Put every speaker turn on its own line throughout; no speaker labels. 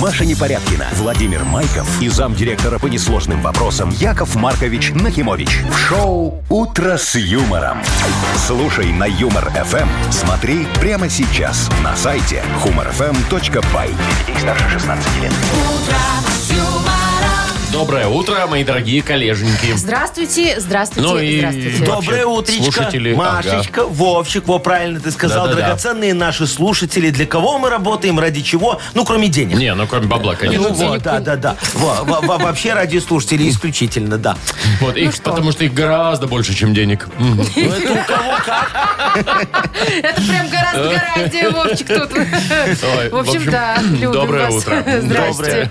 Маша Непорядкина, Владимир Майков и замдиректора по несложным вопросам Яков Маркович Нахимович. В шоу «Утро с юмором». Слушай на «Юмор-ФМ». Смотри прямо сейчас на сайте humorfm.by. Для детей старше 16 лет.
Доброе утро, мои дорогие коллежники.
Здравствуйте, здравствуйте,
Ну и-
здравствуйте.
Да. вообще,
Доброе утречко,
слушатели,
Машечка, Вовчик, во, правильно ты сказал,
Да-да-да.
драгоценные наши слушатели, для кого мы работаем, ради чего, ну, кроме денег.
Не, ну кроме бабла,
Ну
конечно.
вот, да, да, да. Во- во- во- Вообще ради слушателей исключительно, да.
Вот их, потому что их гораздо больше, чем денег. Мгм.
Это прям гораздо гарантия, Вовчик тут.
Ой,
В общем, да, любим
Доброе
вас.
утро.
Здрасте.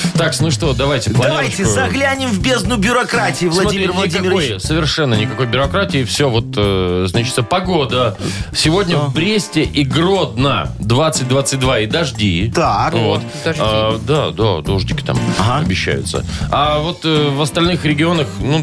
Так, ну что, давайте
Давайте
планерочку.
заглянем в бездну бюрократии, Владимир
Смотри, никакой,
Владимирович.
совершенно никакой бюрократии. Все, вот, э, значит, погода. Сегодня в Бресте и Гродно 20-22 и дожди.
Так.
Вот.
Дожди.
А, да, да, дождики там
Ага.
обещаются. А вот э, в остальных регионах, ну,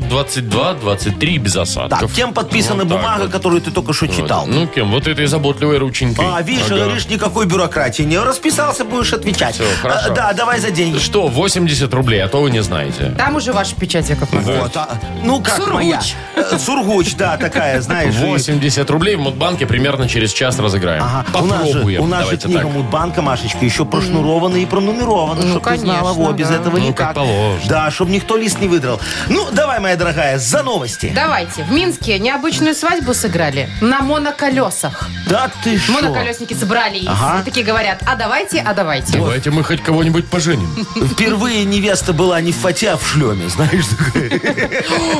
22-23 без осадков.
Так, кем подписана
Вот Ну, так
бумага,
вот.
которую ты только что читал?
Ну, кем? Вот этой заботливой рученькой.
А, видишь,
Ага.
говоришь, никакой бюрократии не расписался, будешь отвечать.
Всё, хорошо.
А, да, давай за деньги.
Что, 80 рублей, а то вы не знаете.
Там уже ваша печать, Яков Маркович.
Вот, а, ну как
Сургуч.
моя. Э, Сургуч, да, такая, знаешь. и-
80 рублей в Мудбанке примерно через час разыграем.
Ага, у нас же,
Попробуем.
у нас же
Давайте
книга
так.
Мудбанка, Машечка, еще прошнурована и пронумерована,
Ну,
чтоб ты знала,
конечно,
во, без
да.
этого
Ну, как
никак.
положено.
да, чтобы никто лист не выдрал. Ну, давай, моя дорогая, за новости.
Давайте. В Минске необычную свадьбу сыграли на моноколесах.
Да ты что?
Моноколесники собрались.
Ага.
И такие говорят, а давайте, а давайте.
Давайте мы хоть кого-нибудь поженим.
Впервые невеста была не в фате, а в шлеме, знаешь. такая.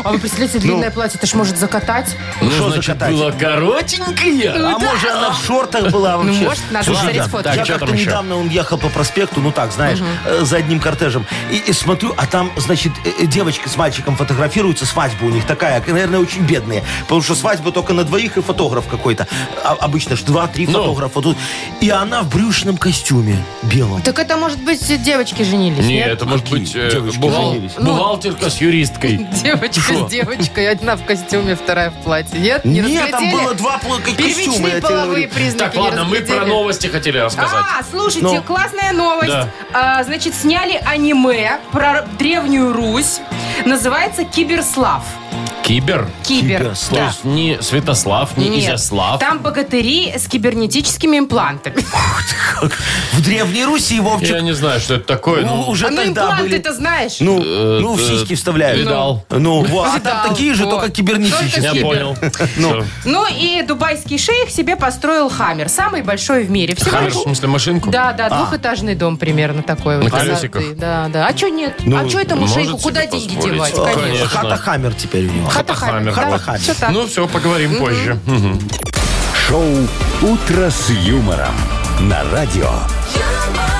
А вы
Ну.
представляете, длинное платье, это ж может закатать.
Ну,
Что
значит,
закатать?
было коротенькое.
А может, она в шортах была
Ну,
вообще?
может, надо
Слушай,
смотреть
да,
фото.
так,
я
чё
как-то
там ещё?
недавно он ехал по проспекту, ну так, знаешь, э, за одним кортежем. И, и смотрю, а там, значит, э, э, девочка с мальчиком фотографируется, свадьба у них такая, наверное, очень бедные. Потому что свадьба только на двоих и фотограф какой-то. А- обычно ж два-три
Ну.
фотографа тут. И она в брюшном костюме белом.
Так это, может быть, девочки женились,
Не,
нет?
это может быть э,
девочки
бухгал-
женились?
Ну.
бухгалтерка с юристкой.
Девочка с девочкой, одна в костюме, вторая в платье. Нет, не
Нет, там
разглядели?
было два пла- ко- костюма,
Первичные
я тебе говорю.
половые признаки
Так,
не
ладно, мы
разглядели.
про новости хотели рассказать.
А, слушайте,
Ну.
классная новость.
Да.
А, значит, сняли аниме про древнюю Русь. Называется Киберслав.
Кибер.
Кибер.
Киберслав.
То
Да.
есть не Святослав, не
Нет,
Изяслав.
Там богатыри с кибернетическими имплантами.
В Древней Руси,
Я
Вовчик,
не знаю, что это такое.
у-
Ну,
уже
А ну
тогда были...
импланты-то знаешь?
Ну,
Э,
ну, в
э,
сиськи вставляют.
видал.
Ну, вот. А там
Видал,
такие же,
вот.
только
Только
кибернетические.
я
Кибер.
понял.
Ну.
Всё.
Ну и дубайский шейх себе построил хаммер. Самый большой в мире. Всего
Хаммер,
лишь-
в смысле, машинку?
Да, да, двухэтажный дом примерно такой. вот
На
высоты.
колесиках?
Да, да. А что нет? а что этому
может
шейху?
себе
Куда деньги
позволить.
девать?
Конечно.
Ну, Конечно.
Хата Хаммер теперь у него.
Хаммер,
да,
вот.
всё так.
Ну все, поговорим позже. Мгм.
Шоу «Утро с юмором» на радио.
юмор,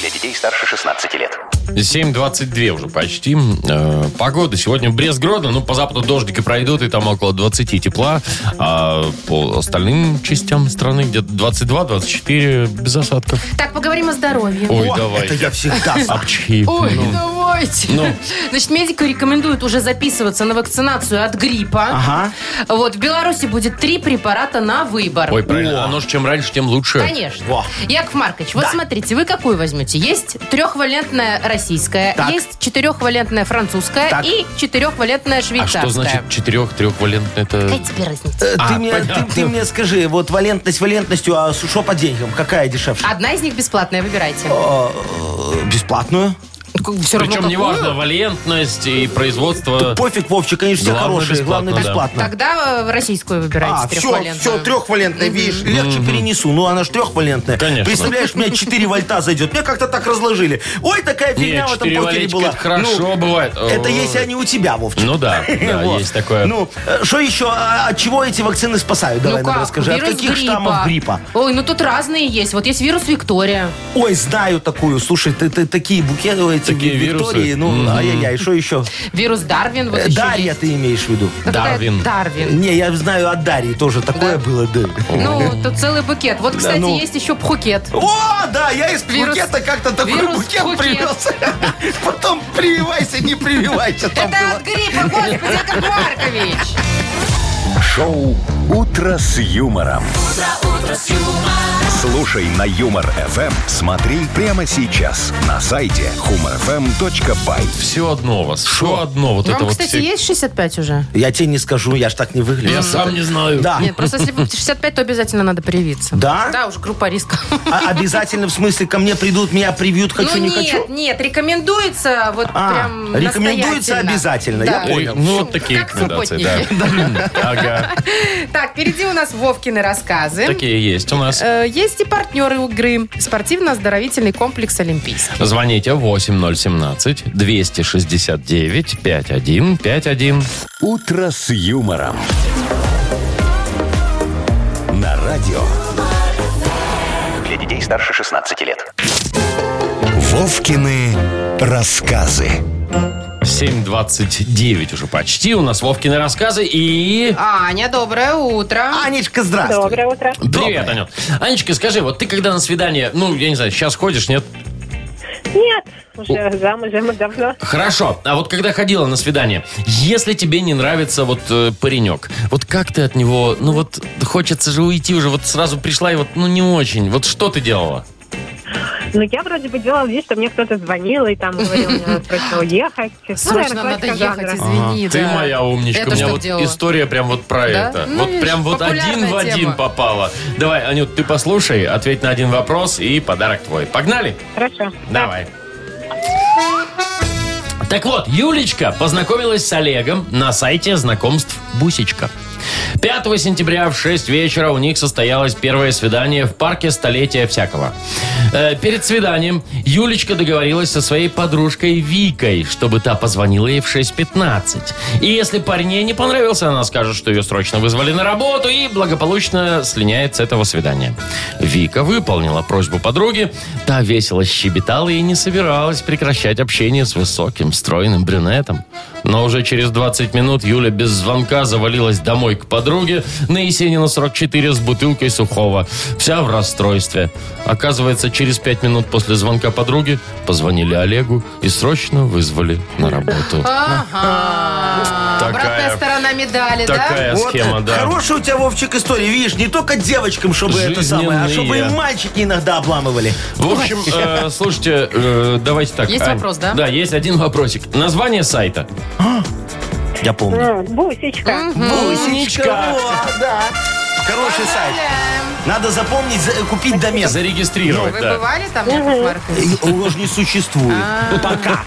Для детей старше 16 лет.
7.22 уже почти. Э, Погода сегодня Брест Гродно. Ну, по западу дождики пройдут, и там около 20 тепла. А по остальным частям страны где-то 22-24 без осадков.
Так, поговорим о здоровье.
Ой,
О,
давай. А,
Это я всегда за.
Апчхи.
Ой, давайте.
Ну.
Значит, медики рекомендуют уже записываться на вакцинацию от гриппа.
Ага.
Вот, в Беларуси будет три препарата на выбор.
Ой, правильно. Оно ж чем раньше, тем лучше.
Конечно.
Во.
Яков Маркович, вот смотрите, вы какую возьмете? Есть трехвалентная российская,
Так.
есть четырехвалентная французская
Так.
и четырехвалентная
А
швейцарская.
что значит четырех, трехвалентный? Это...
Какая тебе разница?
Э,
А,
Ты, мне, ты,
понятно.
ты мне скажи, вот валентность валентностью, а сушо по деньгам, какая дешевше?
Одна из них бесплатная, выбирайте.
Э, Бесплатную?
Все
ну,
Причем неважно, валентность и производство...
Пофиг, Вовчик, они же все
Главное,
хорошие, главное
бесплатно,
бесплатно.
Тогда э, российскую выбирайте,
А, все,
трехвалентную.
все, трехвалентная, видишь, легче перенесу. Ну, она же трехвалентная.
Конечно.
Представляешь, у меня 4 вольта зайдет. Мне как-то так разложили. Ой, такая фигня
Нет,
в этом
четыре
покере
валентика,
была.
это хорошо
Ну,
бывает.
Это
Ой.
если они у тебя, Вовчик.
Ну да, да,
Вот.
есть такое.
Ну, что еще? А От чего эти вакцины спасают? Давай
ну
нам
как,
расскажи. От
вирус
каких
гриппа.
штаммов гриппа?
Ой, ну тут разные есть. Вот есть вирус Виктория.
Ой, знаю такую. Слушай, ты, ты такие букеты, эти
Такие
ви-
вирусы.
Виктории, ну, ай-яй-яй, что еще?
Вирус Дарвин. Вот
Э,
еще
Дарья
есть.
ты имеешь в виду?
Какая-
Дарвин.
Дарвин.
Не, я знаю от Дарьи тоже такое было, да.
Ну, тут целый букет. Вот, кстати,
ну.
есть еще Пхукет.
О, да, я из
Вирус-
букета как-то такой
вирус
букет
Пхукет.
привез. Потом прививайся, не прививайся. Там
Это
было.
от гриппа, господи, Яков Маркович.
Шоу «Утро с юмором». Слушай на Юмор ФМ, смотри прямо сейчас на сайте humorfm.by.
Все одно у вас, все одно. Вот это
Вам,
вот
кстати,
все-
есть 65 уже?
Я тебе не скажу, я ж так не выгляжу.
Я сам не знаю.
Да.
Нет, просто если вам 65, то обязательно надо привиться.
А. Да?
Да, уж группа риска.
А обязательно, в смысле, ко мне придут, меня привьют, хочу,
ну
не
нет,
хочу?
нет, рекомендуется вот
А,
прям
рекомендуется
настоятельно.
обязательно,
Да.
я понял.
Э, Ну, вот такие
Как
рекомендации,
субботники.
да. Ага,
Так, впереди у нас Вовкины рассказы.
такие есть у нас.
Э, Есть и партнеры игры. Спортивно-оздоровительный комплекс «Олимпийский».
Звоните 8017-269-5151.
«Утро с юмором». На радио
Для детей старше 16 лет.
«Вовкины рассказы».
7.29 уже почти. У нас Вовкины рассказы и...
Аня, доброе утро.
Анечка, здравствуй.
Доброе утро.
Привет, Анют. Анечка, скажи, вот ты когда на свидание, ну, я не знаю, сейчас ходишь, нет?
Нет, уже замужем и давно.
Хорошо. А вот когда ходила на свидание, если тебе не нравится вот э, паренек, вот как ты от него, ну вот хочется же уйти уже, вот сразу пришла и вот, ну не очень. Вот что ты делала?
Но Ну, я вроде бы делала вид, что мне кто-то звонил и там говорил, мне надо срочно уехать. Ну,
Срочно
наверное,
надо
классика
ехать,
жанра.
извини.
А, Ты
да.
моя умничка.
Это
У меня
что
вот
делала?
история прям вот про
Да?
это.
Ну,
вот
видишь,
прям вот один в
популярная
один
тема.
попала. Давай, Анют, ты послушай, ответь на один вопрос и подарок твой. Погнали?
Хорошо.
Давай. Так вот, Юлечка познакомилась с Олегом на сайте знакомств «Бусечка». 5 сентября в 6 вечера у них состоялось первое свидание в парке «Столетия всякого». Э, Перед свиданием Юлечка договорилась со своей подружкой Викой, чтобы та позвонила ей в 6.15. И если парень ей не понравился, она скажет, что ее срочно вызвали на работу и благополучно слиняет с этого свидания. Вика выполнила просьбу подруги. Та весело щебетала и не собиралась прекращать общение с высоким, стройным брюнетом. Но уже через 20 минут Юля без звонка завалилась домой к подруге на Есенина 44 с бутылкой сухого. Вся в расстройстве. Оказывается, через 5 минут после звонка подруги позвонили Олегу и срочно вызвали на работу.
Ага.
Такая-
А, Обратная сторона медали, А, да?
Такая
Вот,
схема, да.
Хорошая у тебя, Вовчик, история. Видишь, не только девочкам, чтобы это самое, а чтобы и
Жизненные.
мальчики иногда обламывали.
В общем, э, слушайте, э, давайте так.
Есть
Ань,
вопрос, да?
Да, есть один вопросик. Название сайта.
Я помню.
Ну, Бусечка.
Бусечка. Во, да. Хороший сайт. Надо запомнить, за- купить домен.
Зарегистрировать,
Вы
да.
бывали там, Яков Маркович?
Э, Его же не существует.
А,
Пока.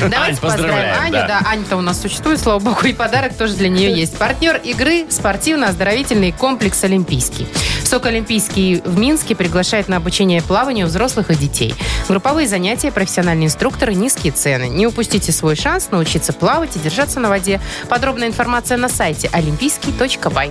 Давайте
Ань, поздравляем,
поздравим Аню.
да.
Да, Аня-то у нас существует, слава богу, и подарок тоже для нее есть. Партнер игры – спортивно-оздоровительный комплекс «Олимпийский». СОК «Олимпийский» в Минске приглашает на обучение плаванию взрослых и детей. Групповые занятия, профессиональные инструкторы, низкие цены. Не упустите свой шанс научиться плавать и держаться на воде. Подробная информация на сайте олимпийский.бай.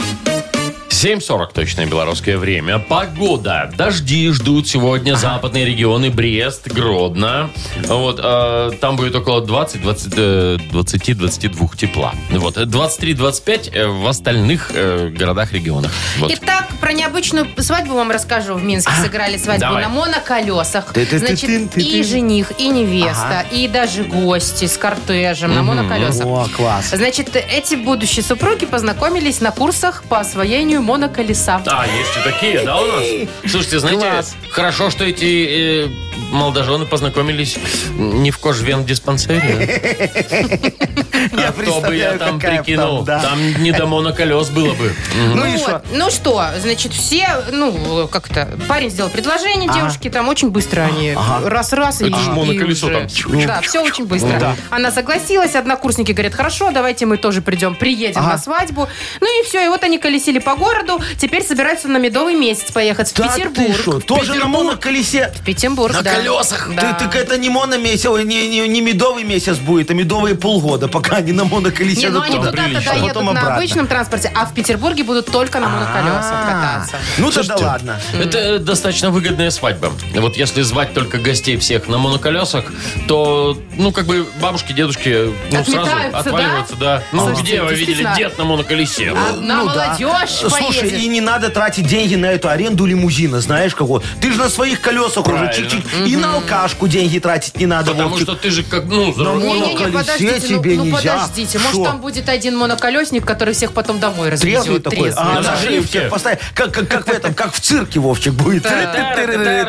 7.40 точное белорусское время. Погода. Дожди ждут сегодня западные регионы. Брест, Гродно. Вот, э, там будет около 20, 20, э, 20, 22 тепла. Вот, э, 23-25 э, в остальных э, городах, регионах. Вот.
Итак, про необычную свадьбу вам расскажу. В Минске сыграли свадьбу
давай.
на моноколесах.
Ты-ты-ты-тын,
Значит, и
ты-ты.
жених, и невеста, и даже гости с кортежем на моноколесах.
О, класс.
Значит, эти будущие супруги познакомились на курсах по освоению моноколеса.
А, есть и такие, да, у нас? Слушайте, знаете,
Класс.
хорошо, что эти э, молодожены познакомились не в кожвен-диспансере.
Я
А то бы я
представляю,
там
какая
прикинул.
там, да.
Там не до моноколес было бы.
Ну,
и
вот.
шо?
ну что, значит, все, ну, как-то, парень сделал предложение девушке, там очень быстро они раз-раз и
Это ж
и
моноколесо
уже.
там.
Да, все очень быстро.
Ну Да.
Она согласилась, однокурсники говорят, хорошо, давайте мы тоже придем, приедем на свадьбу. Ну и все, и вот они колесили по городу, Эдуарду теперь собираются на медовый месяц поехать в
Да
Петербург.
ты что, тоже на моноколесе?
В Петербург,
На
да.
колесах.
Да.
Ты, так это не мономесяц, ой, не, не, не медовый месяц будет, а медовые полгода, пока они на моноколесе
Не, ну они
дотуда.
туда тогда
а
едут
потом
на
обратно.
обычном транспорте, а в Петербурге будут только на моноколесах кататься.
Ну тогда ладно.
Это э, достаточно выгодная свадьба. Вот если звать только гостей всех на моноколесах, то, ну, как бы бабушки, дедушки ну, сразу
Отметаются, да?
отваливаются, да. Ну,
Слушайте,
где вы видели
действительно. А
дед на моноколесе?
Одна
Ну да.
молодежь
Слушай,
поедет.
и не надо тратить деньги на эту аренду лимузина, знаешь какого. Ты же на своих колесах
Правильно.
уже чик-чик. И на алкашку деньги тратить не надо,
Потому
Вовчик.
что ты же как, ну,
На
взрослый.
моно-
Не-не-не,
моноколесе
подождите, ну-
тебе
ну,
нельзя.
подождите, может
Шо?
там будет один моноколесник, который всех потом домой развезет.
Трезвый такой.
трезвый.
да.
А, на
Живки.
шрифте поставь. Как, как, как в этом, как в цирке, Вовчик, будет.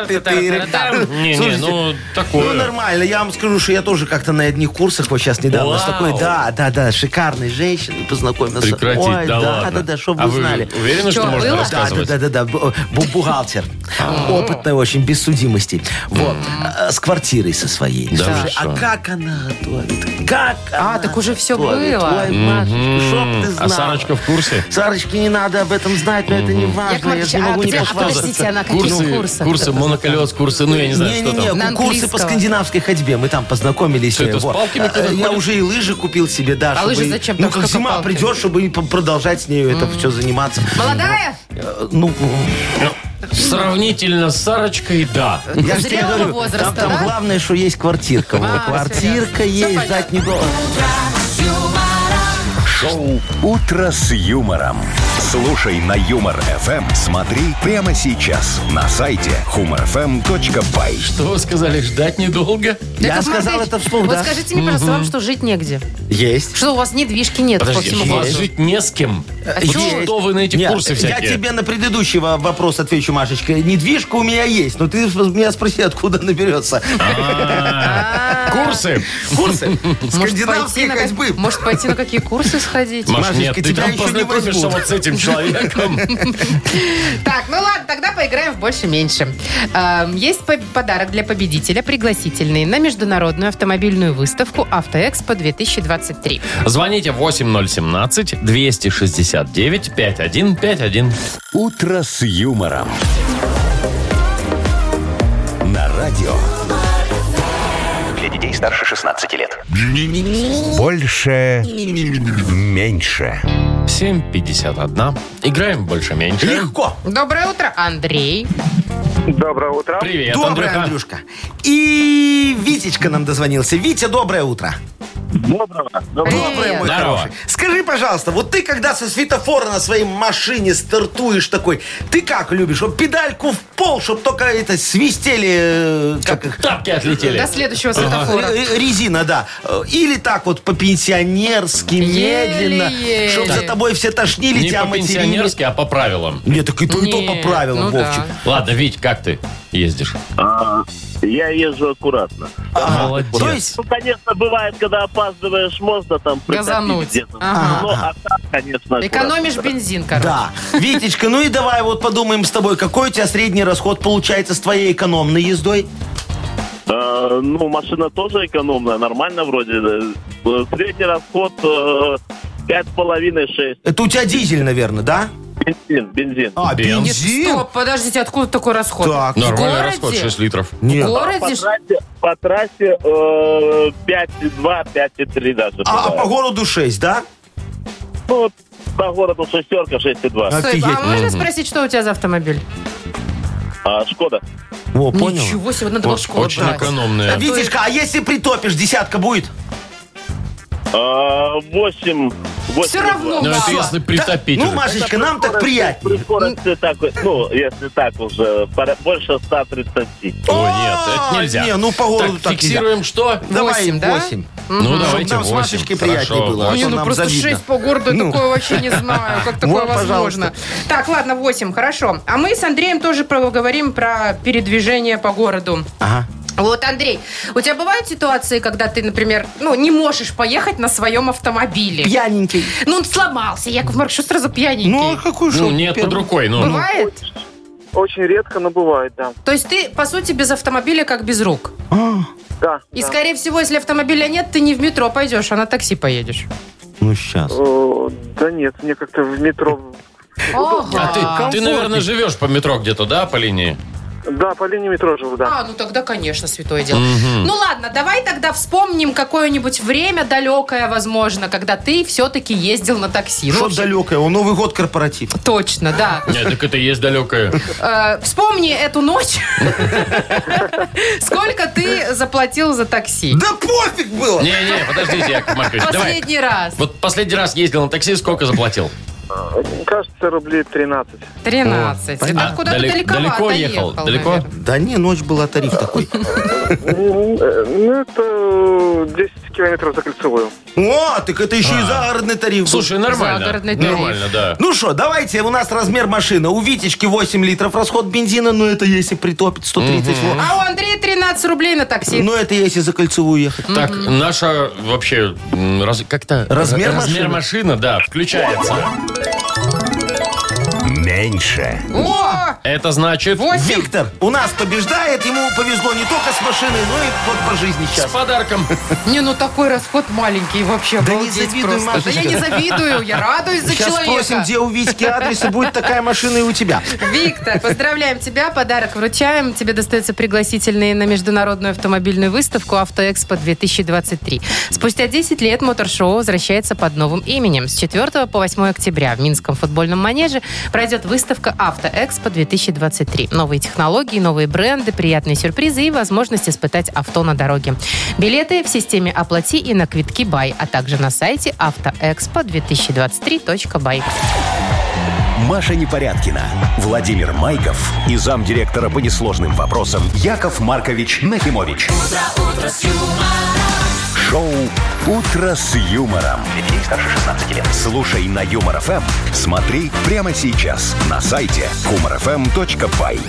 Не, не, ну, такое.
Ну, нормально. Я вам скажу, что я тоже как-то на одних курсах вот сейчас недавно с
Вау.
такой, да, да, да, шикарной женщиной познакомился.
Прекратить,
Ой,
да,
да,
ладно.
да, да, чтобы
а
вы знали.
Вы уверены, что,
Что,
можно
было? А.
Да, да,
рассказывать?
да, да, да, бу- бу- бухгалтер. Опытная очень, без судимости. Вот. А, С квартирой со своей.
Да вы
Слушай,
что?
а как она готовит? Как
А,
она
так уже всё
готовит?
было.
Ой, Машечка, чтоб ты
А
знала.
Сарочка в курсе?
Сарочке не надо об этом знать, но это не
Яков
важно. Я
Маркович,
же не
а
могу не
где, а
похвастаться.
подождите, она каких
Курсы,
курсах?
курсы моноколес, курсы, ну, я не знаю, что там.
На
Не-не-не, курсы
английского.
по скандинавской ходьбе. Мы там познакомились.
Что это,
э,
с
вот.
палками кто-то
Э, Я
ходит?
уже и лыжи купил себе, да.
А
чтобы
лыжи
и-
зачем?
Ну,
Там
как
только
зима
палки.
придет, чтобы и п- продолжать с нею это все заниматься.
Молодая?
Э, Ну,
Сравнительно с Сарочкой, да.
я же тебе
Зрелого
говорю,
возраста,
там, там
да?
главное, что есть квартирка. вот.
А,
Квартирка есть, ждать не долго.
Шоу «Утро с юмором». Слушай на Юмор ФМ. Смотри прямо сейчас на сайте humorfm.by.
Что вы сказали, ждать недолго?
Я
Яков
сказал
Маркович,
это вслух,
Вот
да?
скажите мне, пожалуйста, вам что, жить негде?
Есть.
Что у вас ни движки нет
Подожди,
по
у
всему
вас
городу?
жить не с кем.
А
Вот
чё вы-
что вы на эти
Нет,
курсы всякие?
Я тебе на предыдущий во- вопрос отвечу, Машечка. Недвижка у меня есть, но ты меня спроси, откуда она берется.
А, Курсы?
Курсы
Может пойти,
скандинавские
на как-
ходьбы.
может, пойти на какие курсы сходить?
Маш,
Машечка,
нет, ты
тебя
там
еще не
познакомишься
возьмут.
вот с этим человеком.
Так, ну ладно, тогда поиграем в больше-меньше. Эм, Есть по- подарок для победителя, пригласительный на международную автомобильную выставку «Автоэкспо-2023».
Звоните 8017-269-5151.
«Утро с юмором». На радио
Для детей старше 16 лет.
«Больше, меньше».
751. Играем больше-меньше.
Легко.
Доброе утро, Андрей.
Доброе утро.
Привет,
Доброе,
Андрюха.
Андрюшка. И Витечка нам дозвонился. Витя, доброе утро.
Доброго. Доброго.
Доброе, мой
Здорово.
хороший. Скажи, пожалуйста, вот ты, когда со светофора на своей машине стартуешь такой, ты как любишь? Вот педальку в пол, чтобы только это свистели, э, как их,
Тапки отлетели.
До следующего светофора.
Э, э, Резина, да. Э, Или так вот по-пенсионерски, медленно,
Еле-еле.
чтобы за тобой все тошнили,
Не
тебя материли.
по-пенсионерски, а по правилам.
Нет, так и то, и то по
Нет,
правилам,
ну
Вовчик.
да.
Ладно, Вить, как ты ездишь?
А, я езжу аккуратно.
Ага.
Молодец.
А, То есть,
Ну, конечно, бывает, когда опаздываешь, можно там прокатить
Газануть.
где-то.
Ага.
Ну, а так, конечно, аккуратно.
Экономишь бензин, короче.
да. Витечка, ну и давай вот подумаем с тобой, какой у тебя средний расход получается с твоей экономной ездой?
Э, ну, машина тоже экономная, нормально вроде. Э, Средний расход э, пять с половиной, шесть.
Это у тебя дизель, наверное, да?
Бензин, бензин.
А,
Бензин.
Нет,
бензин?
стоп, подождите, откуда такой расход?
Так.
Нормальный
городе?
расход 6 литров.
В
Нет.
По
городе? ж-
трассе, по трассе э, 5,2, 5,3 даже.
А, а
бывает.
по городу 6, да?
Ну, по городу шестерка, 6,2.
Стой,
Офигеть.
а можно спросить, что у тебя за автомобиль?
А, Шкода.
О, понял.
Ничего себе, надо было в школу
Очень
брать.
экономная.
Витечка, а если притопишь, десятка будет?
А, 8, 8
Все
Но
равно
Ну, это
мало.
если притопить
Ну,
уже.
Машечка, нам так приятнее.
При скорости так, ну, если так уже, пора- больше 130.
Ой, нет, это
А,
нельзя.
не, ну, по городу так
фиксируем что?
Давай
Восемь, да?
8.
Ну, давайте
нам с
8.
Машечкой приятнее
Хорошо,
было.
восемь.
Не,
Что
ну
нам
просто
завидно?
6 по городу, я
Ну.
такое вообще не знаю, как такое
Вот, пожалуйста.
возможно. Так, ладно, 8, хорошо. А мы с Андреем тоже поговорим про передвижение по городу.
Ага.
Вот, Андрей, у тебя бывают ситуации, когда ты, например, ну, не можешь поехать на своем автомобиле?
Пьяненький.
Ну, он сломался, Яков Маркович, что сразу пьяненький?
Ну, а какой же
Ну,
он
нет,
первый?
под рукой, ну.
Бывает?
Очень редко, но бывает, да.
То есть ты, по сути, без автомобиля как без рук.
А,
Да.
И,
да.
скорее всего, если автомобиля нет, ты не в метро пойдешь, а на такси поедешь.
Ну, сейчас.
Э, да нет, мне как-то в метро
А ты-
Ага.
ты, наверное, живешь по метро где-то, да, по линии?
Да, по линии метро живу, да.
А, ну тогда, конечно, святое дело. Ну ладно, давай тогда вспомним какое-нибудь время далекое, возможно, когда ты все-таки ездил на такси. Ну,
Что
вообще,
далекое? У Новый год корпоратив.
Точно, да.
Нет, так это и есть далекое.
Э, Вспомни эту ночь. Сколько ты заплатил за такси?
Да пофиг было!
Не-не, подождите, Яков Маркович, давай.
Последний раз.
Вот последний раз ездил на такси, сколько заплатил?
Кажется, рублей 13.
13.
понятно.
Да, куда-то
Далек- далеко
далековато
ехал?
ехал.
Далеко?
наверное.
Да не, ночь была, тариф такой.
Ну, э, ну, это 10 километров за кольцевую.
О, так это еще и загородный тариф. был.
А. Слушай, нормально.
Загородный тариф.
Нормально, да.
Ну что, давайте, у нас размер машины. У Витечки 8 литров расход бензина, но это если притопит 130. во.
А у Андрея 13 рублей на такси.
Но это если за кольцевую ехать.
Так, наша вообще м, раз- как-то
Размер
р- размер
машины?
машина, да, включается.
Меньше.
О!
Это значит
Восемь.
Виктор у нас побеждает, ему повезло не только с машиной, но и вот по жизни
с
сейчас.
подарком.
Не, ну такой расход маленький вообще.
Да не
обалдеть
завидуй,
просто. Да я
Машечка.
не завидую, я радуюсь за
Сейчас спросим,
человека.
где у Витьки адрес, и будет такая машина и у тебя.
Виктор, поздравляем тебя, подарок вручаем. Тебе достаются пригласительные на международную автомобильную выставку «Автоэкспо-2023». Спустя 10 лет моторшоу возвращается под новым именем. С 4 по 8 октября в Минском футбольном манеже пройдет выставка «Автоэкспо-2023». Новые технологии, новые бренды, приятные сюрпризы и возможность испытать авто на дороге. Билеты в системе «Оплати» и на квитки «Бай», а также на сайте автоэкспо2023.бай.
Маша Непорядкина, Владимир Майков и замдиректора по несложным вопросам Яков Маркович Нахимович. Шоу Утро с юмором. Детей старше 16 лет. Слушай на юмор ФМ. Смотри прямо сейчас на сайте humorfm.by.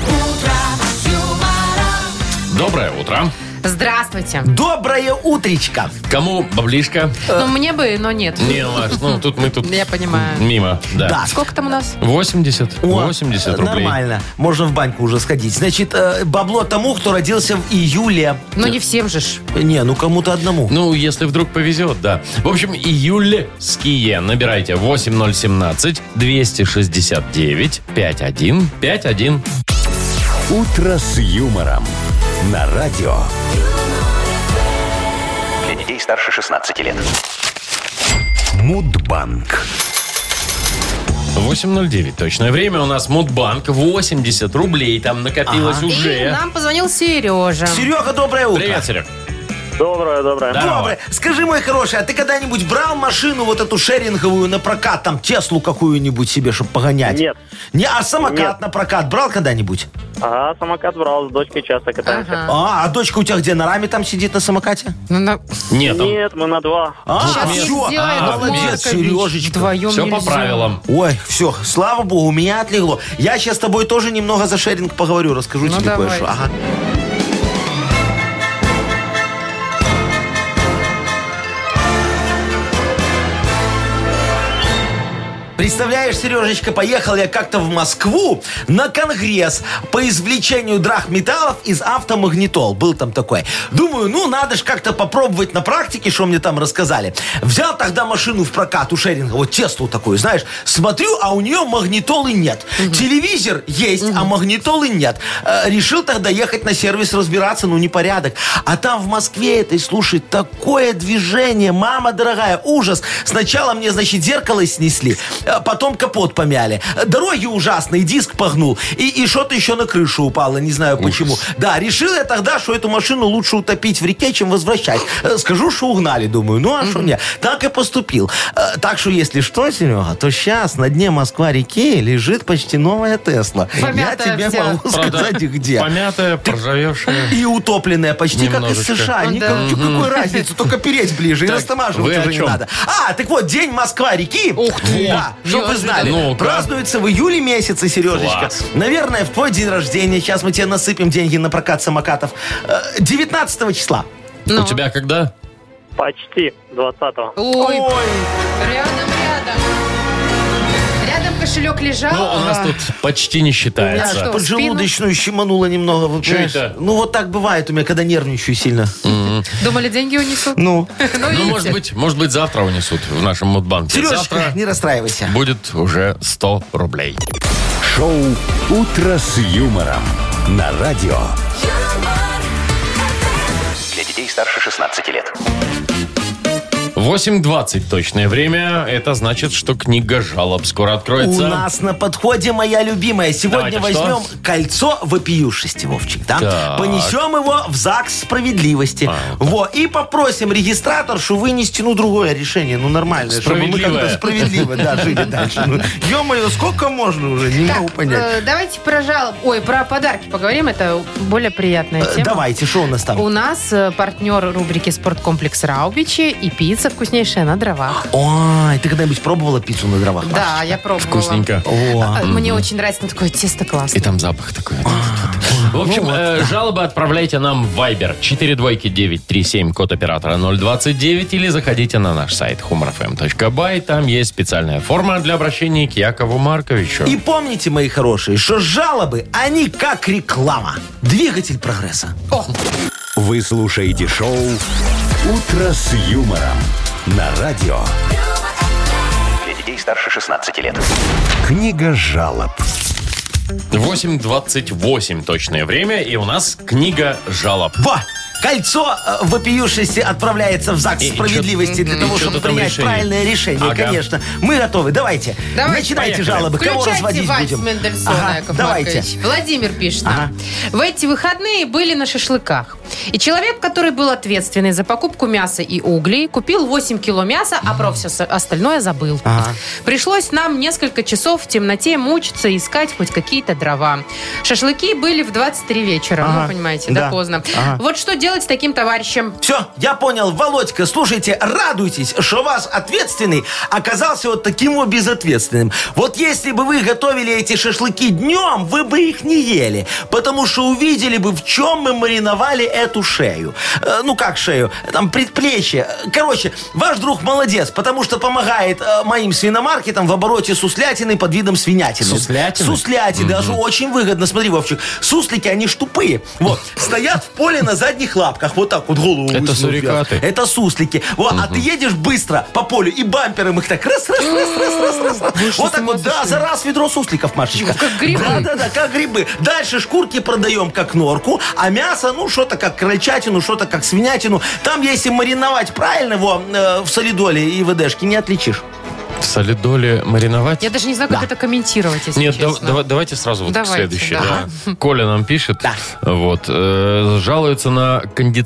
Доброе утро.
Здравствуйте.
Доброе утречко.
Кому баблишка?
Ну, мне бы, но нет.
Не, Маш, ну тут мы тут...
Я понимаю.
Мимо, да.
Да.
Сколько там у нас?
80?
О,
80 рублей.
Нормально. Можно в баньку уже сходить. Значит, э, бабло тому, кто родился в июле.
Ну, не всем же ж.
Не, ну кому-то одному.
Ну, если вдруг повезет, да. В общем, июльские. Набирайте 8017-269-5151.
Утро с юмором. На радио.
Для детей старше 16 лет.
Мудбанк.
8.09. Точное время у нас Мудбанк. 80 рублей там накопилось
И
уже.
нам позвонил Сережа.
Серега, доброе утро.
Ну, Привет, Серег.
Доброе, доброе.
Здорово.
Доброе. Скажи, мой хороший, а ты когда-нибудь брал машину вот эту шеринговую на прокат, там Теслу какую-нибудь себе, чтобы погонять?
Нет.
Не, а самокат
Нет.
на прокат брал когда-нибудь?
Ага, самокат брал, с дочкой часто катаемся.
Ага.
А, а дочка у тебя где, на раме там сидит на самокате?
Ну, на-
Нет, там
Нет, мы на два.
А,
Сейчас
не
всё.
сделает,
А, молодец,
Маркович.
Сережечка.
Вдвоем
все по
нельзя.
правилам.
Ой, все, слава богу, у меня отлегло. Я сейчас с тобой тоже немного за шеринг поговорю, расскажу
Ну,
тебе
давай.
кое-что. Ага. Представляешь, Сережечка, поехал я как-то в Москву на конгресс по извлечению драгметаллов из автомагнитол. Был там такой. Думаю, ну, надо же как-то попробовать на практике, что мне там рассказали. Взял тогда машину в прокат у Шеринга, вот Теслу такую, знаешь. Смотрю, а у нее магнитолы нет. Телевизор есть, а магнитолы нет. Э, Решил тогда ехать на сервис разбираться, ну, непорядок. А там в Москве этой, слушай, такое движение, мама дорогая, ужас. Сначала мне, значит, зеркало снесли, э, потом капот помяли. Э, Дороги ужасные, диск погнул. И, и что-то еще на крышу упало, не знаю почему. Да, решил я тогда, что эту машину лучше утопить в реке, чем возвращать. Э, Скажу, что угнали, думаю. Ну, а что мне? Так и поступил. Э, Так что, если что, Серега, то сейчас на дне Москва-реки лежит почти новая Тесла. Я
Помятая
тебе
вся.
могу
Правда,
сказать, где.
Помятая, поржавевшая.
И утопленная, почти как
Немножечко.
из США.
Ну
Ни-
да.
какой- Какой разницы, только переть ближе и
Так, вы
растамаживать
о
уже не
чем?
надо. А, так вот, день Москва-реки.
Ух ты.
Да,
О,
чтобы вы
неожиданно.
знали.
Ну-ка.
Празднуется в июле месяце, Сережечка.
Класс.
Наверное, в твой день рождения. Сейчас мы тебе насыпем деньги на прокат самокатов. Э, 19 числа.
Ну.
У тебя когда?
Почти 20-го.
Ой, рядом, рядом. Рядом кошелек лежал.
Ну, у нас
а,
тут почти не
Да,
считается.
что?
Поджелудочную щемануло немного. вот
Чё
понимаешь?
это?
Ну, вот так бывает у меня, когда нервничаю сильно.
Думали, деньги унесут?
Ну,
Ну,
Ну,
видите.
может быть, может быть, завтра унесут в нашем мудбанке.
Сережечка,
Завтра
не расстраивайся.
будет уже 100 рублей.
Шоу «Утро с юмором» на радио.
Для детей старше 16 лет.
8.20 точное время. Это значит, что книга жалоб скоро
У
откроется.
нас на подходе моя любимая. Сегодня
Давайте, что?
возьмем кольцо вопиюшести, Вовчик, да?
Так. А,
Понесем его в ЗАГС справедливости. Во, и попросим регистраторшу вынести, ну, другое решение, ну, нормальное, чтобы мы
Справедливое.
как-то справедливо, да, жили дальше. Ну, ё-моё, сколько можно уже, не
Так,
могу понять.
э, давайте про жалоб... Ой, про подарки поговорим. Это более приятная
Э,
тема.
Давайте, что у нас
У
там?
нас э, партнер рубрики «Спорткомплекс Раубичи» и пицца вкуснейшая на дровах.
Ой, ты когда-нибудь пробовала пиццу на дровах?
Да, я пробовала.
Вкусненько.
О,
А, Мне очень нравится, ну, такое тесто классное.
И там запах такой. В общем, э, жалобы отправляйте нам в Viber 42937, код оператора 029, или заходите на наш сайт humorfm.by. Там есть специальная форма для обращения к Якову Марковичу.
И помните, мои хорошие, что жалобы, они как реклама. Двигатель прогресса.
Вы слушаете шоу «Утро с юмором» на радио.
Для детей старше 16 лет.
Книга жалоб.
8.28 точное время, и у нас книга жалоб.
Во! Кольцо э, вопиюшести отправляется в ЗАГС
И- и
справедливости для
и
того,
чё-то
чтобы
там
принять
решение.
правильное решение,
Ага.
конечно. Мы готовы. Давайте.
Давайте,
Начинайте
поехали.
жалобы. Кого
Включайте
разводить
Вальс
будем?
Мендельсона,
Ага,
Яков
Давайте.
Маркович. Владимир пишет нам.
Ага.
В эти выходные были на шашлыках. И человек, который был ответственный за покупку мяса и углей, купил 8 кило мяса, а про все остальное забыл.
Ага.
Пришлось нам несколько часов в темноте мучиться, искать хоть какие-то дрова. Шашлыки были в 23 вечера,
Ага.
ну, понимаете, да,
Да.
поздно.
Ага.
Вот что делать с таким товарищем?
Все, я понял. Володька, слушайте, радуйтесь, что вас ответственный оказался вот таким вот безответственным. Вот если бы вы готовили эти шашлыки днем, вы бы их не ели, потому что увидели бы, в чем мы мариновали эту шею. Э, ну как шею? Там предплечье. Короче, ваш друг молодец, потому что помогает э, моим свиномаркетам в обороте суслятины под видом свинятины.
Суслятины?
Сусляти, даже очень выгодно. Смотри, Вовчик, суслики, они ж тупые. Вот, стоят в поле на задних лапках, вот так вот голову
Это
высунув вверх.
сурикаты.
Это суслики. Вот, а ты едешь быстро по полю и бампером их так раз, раз, раз, раз, раз, раз, раз.
Вы что,
Вот
с
так
ума
вот, да,
сошли?
за раз ведро сусликов, Машечка.
Как грибы.
Да, да, да, как грибы. Дальше шкурки продаем как норку, а мясо, ну, что-то как крольчатину, что-то как свинятину. Там, если мариновать правильно его э, в солидоле и ВДшке, не отличишь.
В солидоле мариновать?
Я даже не знаю, как это комментировать, если
Нет, да-
честно.
дава- давайте сразу вот к
Давайте,
следующей.
да.
да. Коля нам пишет,
Да.
вот, э, жалуется на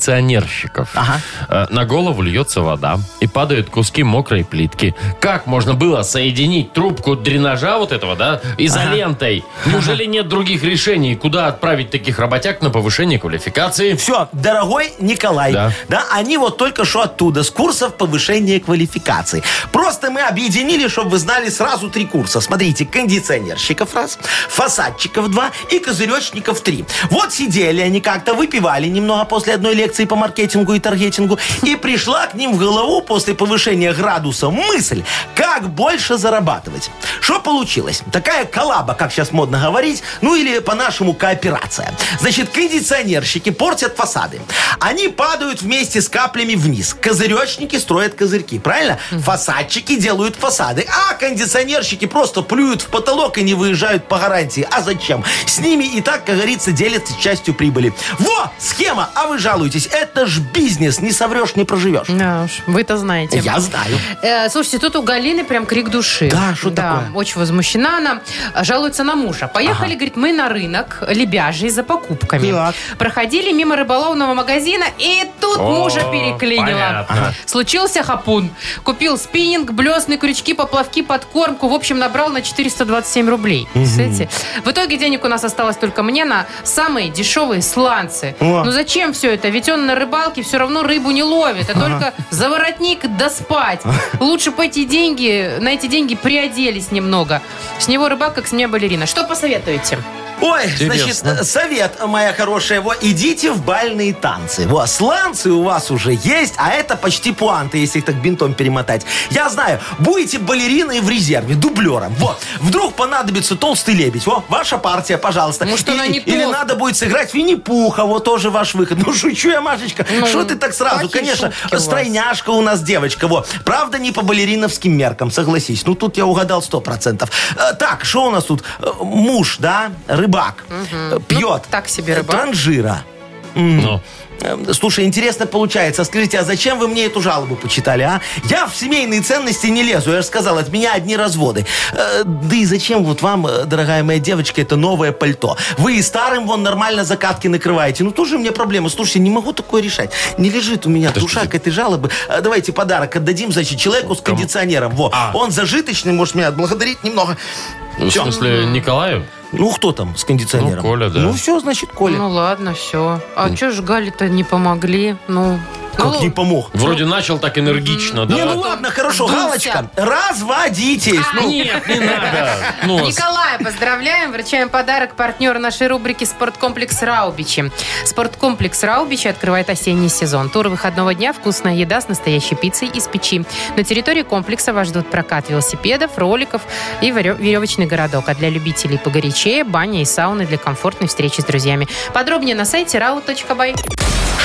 кондиционерщиков.
Ага.
Э, на голову льется вода и падают куски мокрой плитки. Как можно было соединить трубку дренажа вот этого, да, изолентой? Неужели нет других решений, куда отправить таких работяг на повышение квалификации?
Все, дорогой Николай,
Да.
да. они вот только что оттуда, с курсов повышения квалификации. Просто мы объединили, чтобы вы знали сразу три курса. Смотрите, кондиционерщиков раз, фасадчиков два и козыречников три. Вот сидели они как-то, выпивали немного после одной лекции по маркетингу и таргетингу, и пришла к ним в голову после повышения градуса мысль, как больше зарабатывать. Что получилось? Такая коллаба, как сейчас модно говорить, ну или по-нашему кооперация. Значит, кондиционерщики портят фасады. Они падают вместе с каплями вниз. Козыречники строят козырьки, правильно? Фасадчики делают фасады. А кондиционерщики просто плюют в потолок и не выезжают по гарантии. А зачем? С ними и так, как говорится, делятся частью прибыли. Во! Схема! А вы жалуетесь. Это ж бизнес. Не соврешь, не проживешь.
Да уж, вы-то знаете.
Я знаю.
Э, слушайте, тут у Галины прям крик души.
Да, что
да,
такое?
Очень возмущена она. А, Жалуется на мужа. Поехали, говорит, мы на рынок лебяжий за покупками.
Так.
Проходили мимо рыболовного магазина, и тут
О,
мужа переклинило.
понятно. Ага.
Случился хапун. Купил спиннинг, блесны, крючки, поплавки, подкормку. В общем, набрал на 427 рублей. Представляете? В итоге денег у нас осталось только мне на самые дешевые сланцы.
О.
Ну зачем все это? Ведь он на рыбалке все равно рыбу не ловит, а только за воротник да спать. Лучше бы эти деньги, на эти деньги приоделись немного. С него рыбак, как с меня балерина. Что посоветуете?
Ой,
Интересно.
значит, совет, моя хорошая, во, идите в бальные танцы. Во, сланцы у вас уже есть, а это почти пуанты, если их так бинтом перемотать. Я знаю, будете балериной в резерве, дублером. Вот, вдруг понадобится толстый лебедь. Во, ваша партия, пожалуйста.
Может,
И-
она не
Или
толст-
надо будет сыграть Винни-Пуха, вот тоже ваш выход. Ну, шучу я, Машечка, что ты так сразу?
плохие
Конечно,
шутки у вас.
стройняшка у нас девочка, во. Правда, не по балериновским меркам, согласись. Ну, тут я угадал сто процентов. Так, что у нас тут? Э, Муж, да, рыбак, Э, пьет.
Ну, так себе рыбак.
Транжира.
Ну,
Эм, Слушай, интересно получается. Скажите, а зачем вы мне эту жалобу почитали, а? Я в семейные ценности не лезу. Я же сказал, от меня одни разводы. Э, да и зачем вот вам, э, дорогая моя девочка, это новое пальто? Вы и старым вон нормально закатки накрываете. Ну, тоже у меня проблема. Слушайте, не могу такое решать. Не лежит у меня душа к этой жалобы. Э, давайте подарок отдадим, значит, человеку с кондиционером. Во,
А. Ну,
он зажиточный, может, меня отблагодарить немного.
в
Всё.
смысле, Николаю?
Ну, кто там с кондиционером?
Ну, Коля, да.
Ну, все, значит, Коля.
Ну ладно, все. А че ж Гали-то не помогли? Ну,
как
ну,
не помог?
Вроде начал так энергично, да?
Не, ну ладно, хорошо,
Дуся.
галочка. Разводитесь. Ну,
Нет, не надо. Ну, вас-
Николая поздравляем, вручаем подарок партнеру нашей рубрики «Спорткомплекс Раубичи». Спорткомплекс Раубичи открывает осенний сезон. Тур выходного дня, вкусная еда с настоящей пиццей из печи. На территории комплекса вас ждут прокат велосипедов, роликов и верё- веревочный городок. А для любителей погорячее – баня и сауны для комфортной встречи с друзьями. Подробнее на сайте rau.by.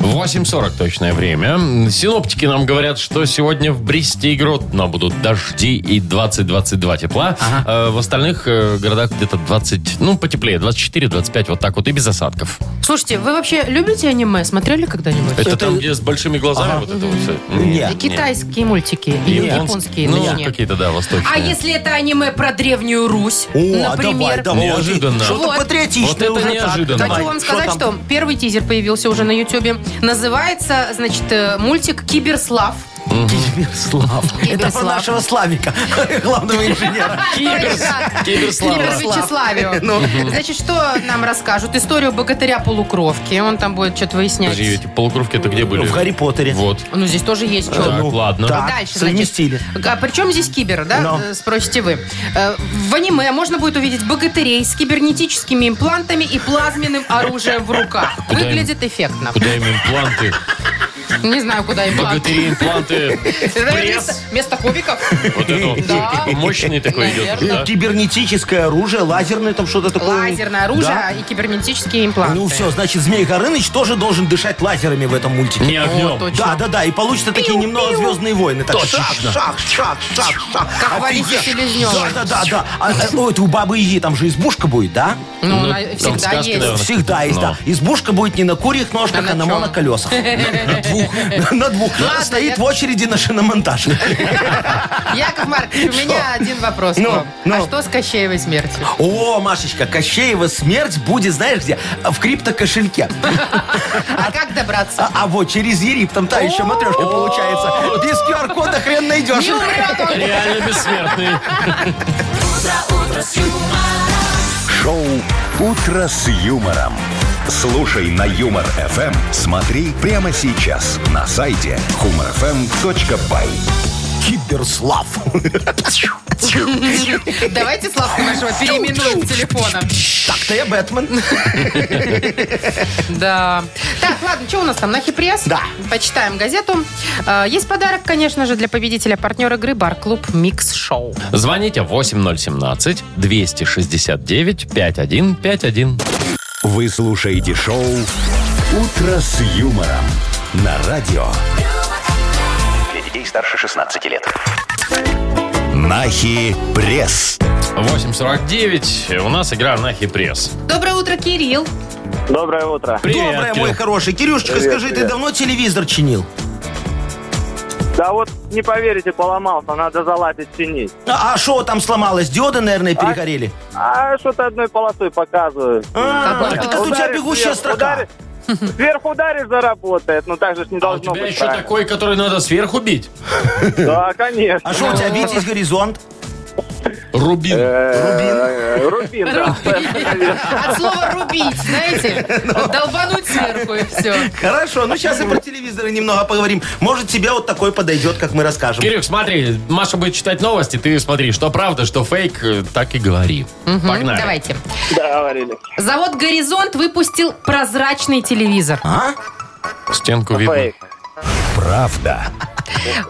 8.40 точное время. Синоптики нам говорят, что сегодня в Бресте и Гродно будут дожди и 20-22 тепла. Э, В остальных э, городах где-то 20, ну, потеплее, 24-25, вот так вот, и без осадков.
Слушайте, вы вообще любите аниме? Смотрели когда-нибудь?
Это, там, где с большими глазами вот это вот все.
Не.
Китайские мультики или
Японские,
японские?
ну,
точнее.
какие-то, да, восточные.
А если это аниме про Древнюю Русь,
Э. О, а
например?
Ну, давай, давай.
Неожиданно.
Что-то
Вот.
патриотичное
Вот это
уже. Так,
неожиданно.
давай,
Хочу вам сказать,
там?
что, первый тизер появился уже на Ютьюбе. Называется, значит, э, мультик «Киберслав».
Киберслав. Это про
Киберслав.
нашего Славика, главного инженера.
Киберс-
Да.
Киберслава.
Кибер Вячеславио.
Ну.
Значит, что нам расскажут? Историю богатыря-полукровки. Он там будет что-то выяснять.
Подожди, эти полукровки-то где были?
В Гарри Поттере.
Вот.
Ну, здесь тоже есть что.
Так,
Ну,
ладно.
так.
Дальше,
совместили.
значит, а при чем здесь кибер, да,
Но.
э, спросите вы. Э, В аниме можно будет увидеть богатырей с кибернетическими имплантами и плазменным оружием в руках.
Куда им?
Выглядит эффектно.
Куда им импланты?
Не знаю, куда импланты.
Богатыри импланты.
Вместо, вместо кубиков?
Вот это вот.
Да.
Мощный такой идет.
Наверное.
да?
Э, Кибернетическое оружие, лазерное там что-то такое.
Лазерное оружие а
Да.
и кибернетические импланты.
Ну все, значит, Змей Горыныч тоже должен дышать лазерами в этом мультике.
Не огнем.
Вот точно.
Да, да, да, и получится такие немного звездные войны. Так,
Точно.
шах, шах, шах, шах, шах.
Как
Офигеть.
Валерий Селезнёва.
Да, да, да, да. А, э, ой, это у бабы Иги там же избушка будет, да?
Ну, она
там
всегда
сказки,
есть.
наверное.
Всегда есть, да. Избушка будет не на курьих
А
ножках,
на
а на
чём?
моноколесах. На двух. На двух.
Ладно,
Стоит
я-
в очереди на шиномонтаж.
Яков Маркович, у меня один вопрос к
Ну,
вам. А
ну.
что с Кощеевой смертью?
О, Машечка, Кощеева смерть будет, знаешь где? В криптокошельке.
А как добраться?
А, а вот через Ерип, там та еще матрешка получается. Без QR-кода хрен найдешь.
Не умрет он.
Реально бессмертный.
Шоу «Утро с юмором». Слушай на Юмор ФМ. Смотри прямо сейчас на сайте humorfm.by.
Киберслав.
Давайте Славку нашего переименуем телефоном.
Так-то я Бэтмен.
Да. Так, ладно, что у нас там? Нахи пресс?
Да.
Почитаем газету. Э, Есть подарок, конечно же, для победителя партнер игры «Бар-клуб Микс Шоу».
Звоните 8017-269-5151.
Вы слушаете шоу «Утро с юмором» на радио.
Для детей старше 16 лет.
Нахи пресс.
8.49. У нас игра на хипресс.
Доброе утро, Кирилл.
Доброе утро.
Привет,
Доброе,
Кирилл.
мой хороший. Кирюшечка,
Привет,
скажи, ты
привет.
давно телевизор чинил?
Да вот, не поверите, поломался, надо залатить чинить.
А что там сломалось? Диоды, наверное, перегорели?
А что-то одной полосой показываю.
А,
Так,
так это у тебя
Ударишь
бегущая
сверху,
строка.
ударишь- Сверху ударишь, заработает, но так же ж не
А у
должно
тебя
быть.
еще
правильно.
такой, который надо сверху бить?
Да, конечно.
А что у тебя, Витязь, горизонт?
Рубин.
Э, Рубин, да.
От слова рубить, знаете? Долбануть сверху и все.
Хорошо, ну сейчас и про телевизоры немного поговорим. Может, тебе вот такой подойдет, как мы расскажем.
Кирюх, смотри, Маша будет читать новости, ты смотри, что правда, что фейк, э, так и говори. Погнали.
Давайте.
Да, говорили.
Завод «Горизонт» выпустил прозрачный телевизор.
А?
Стенку видно.
Фейк.
Правда.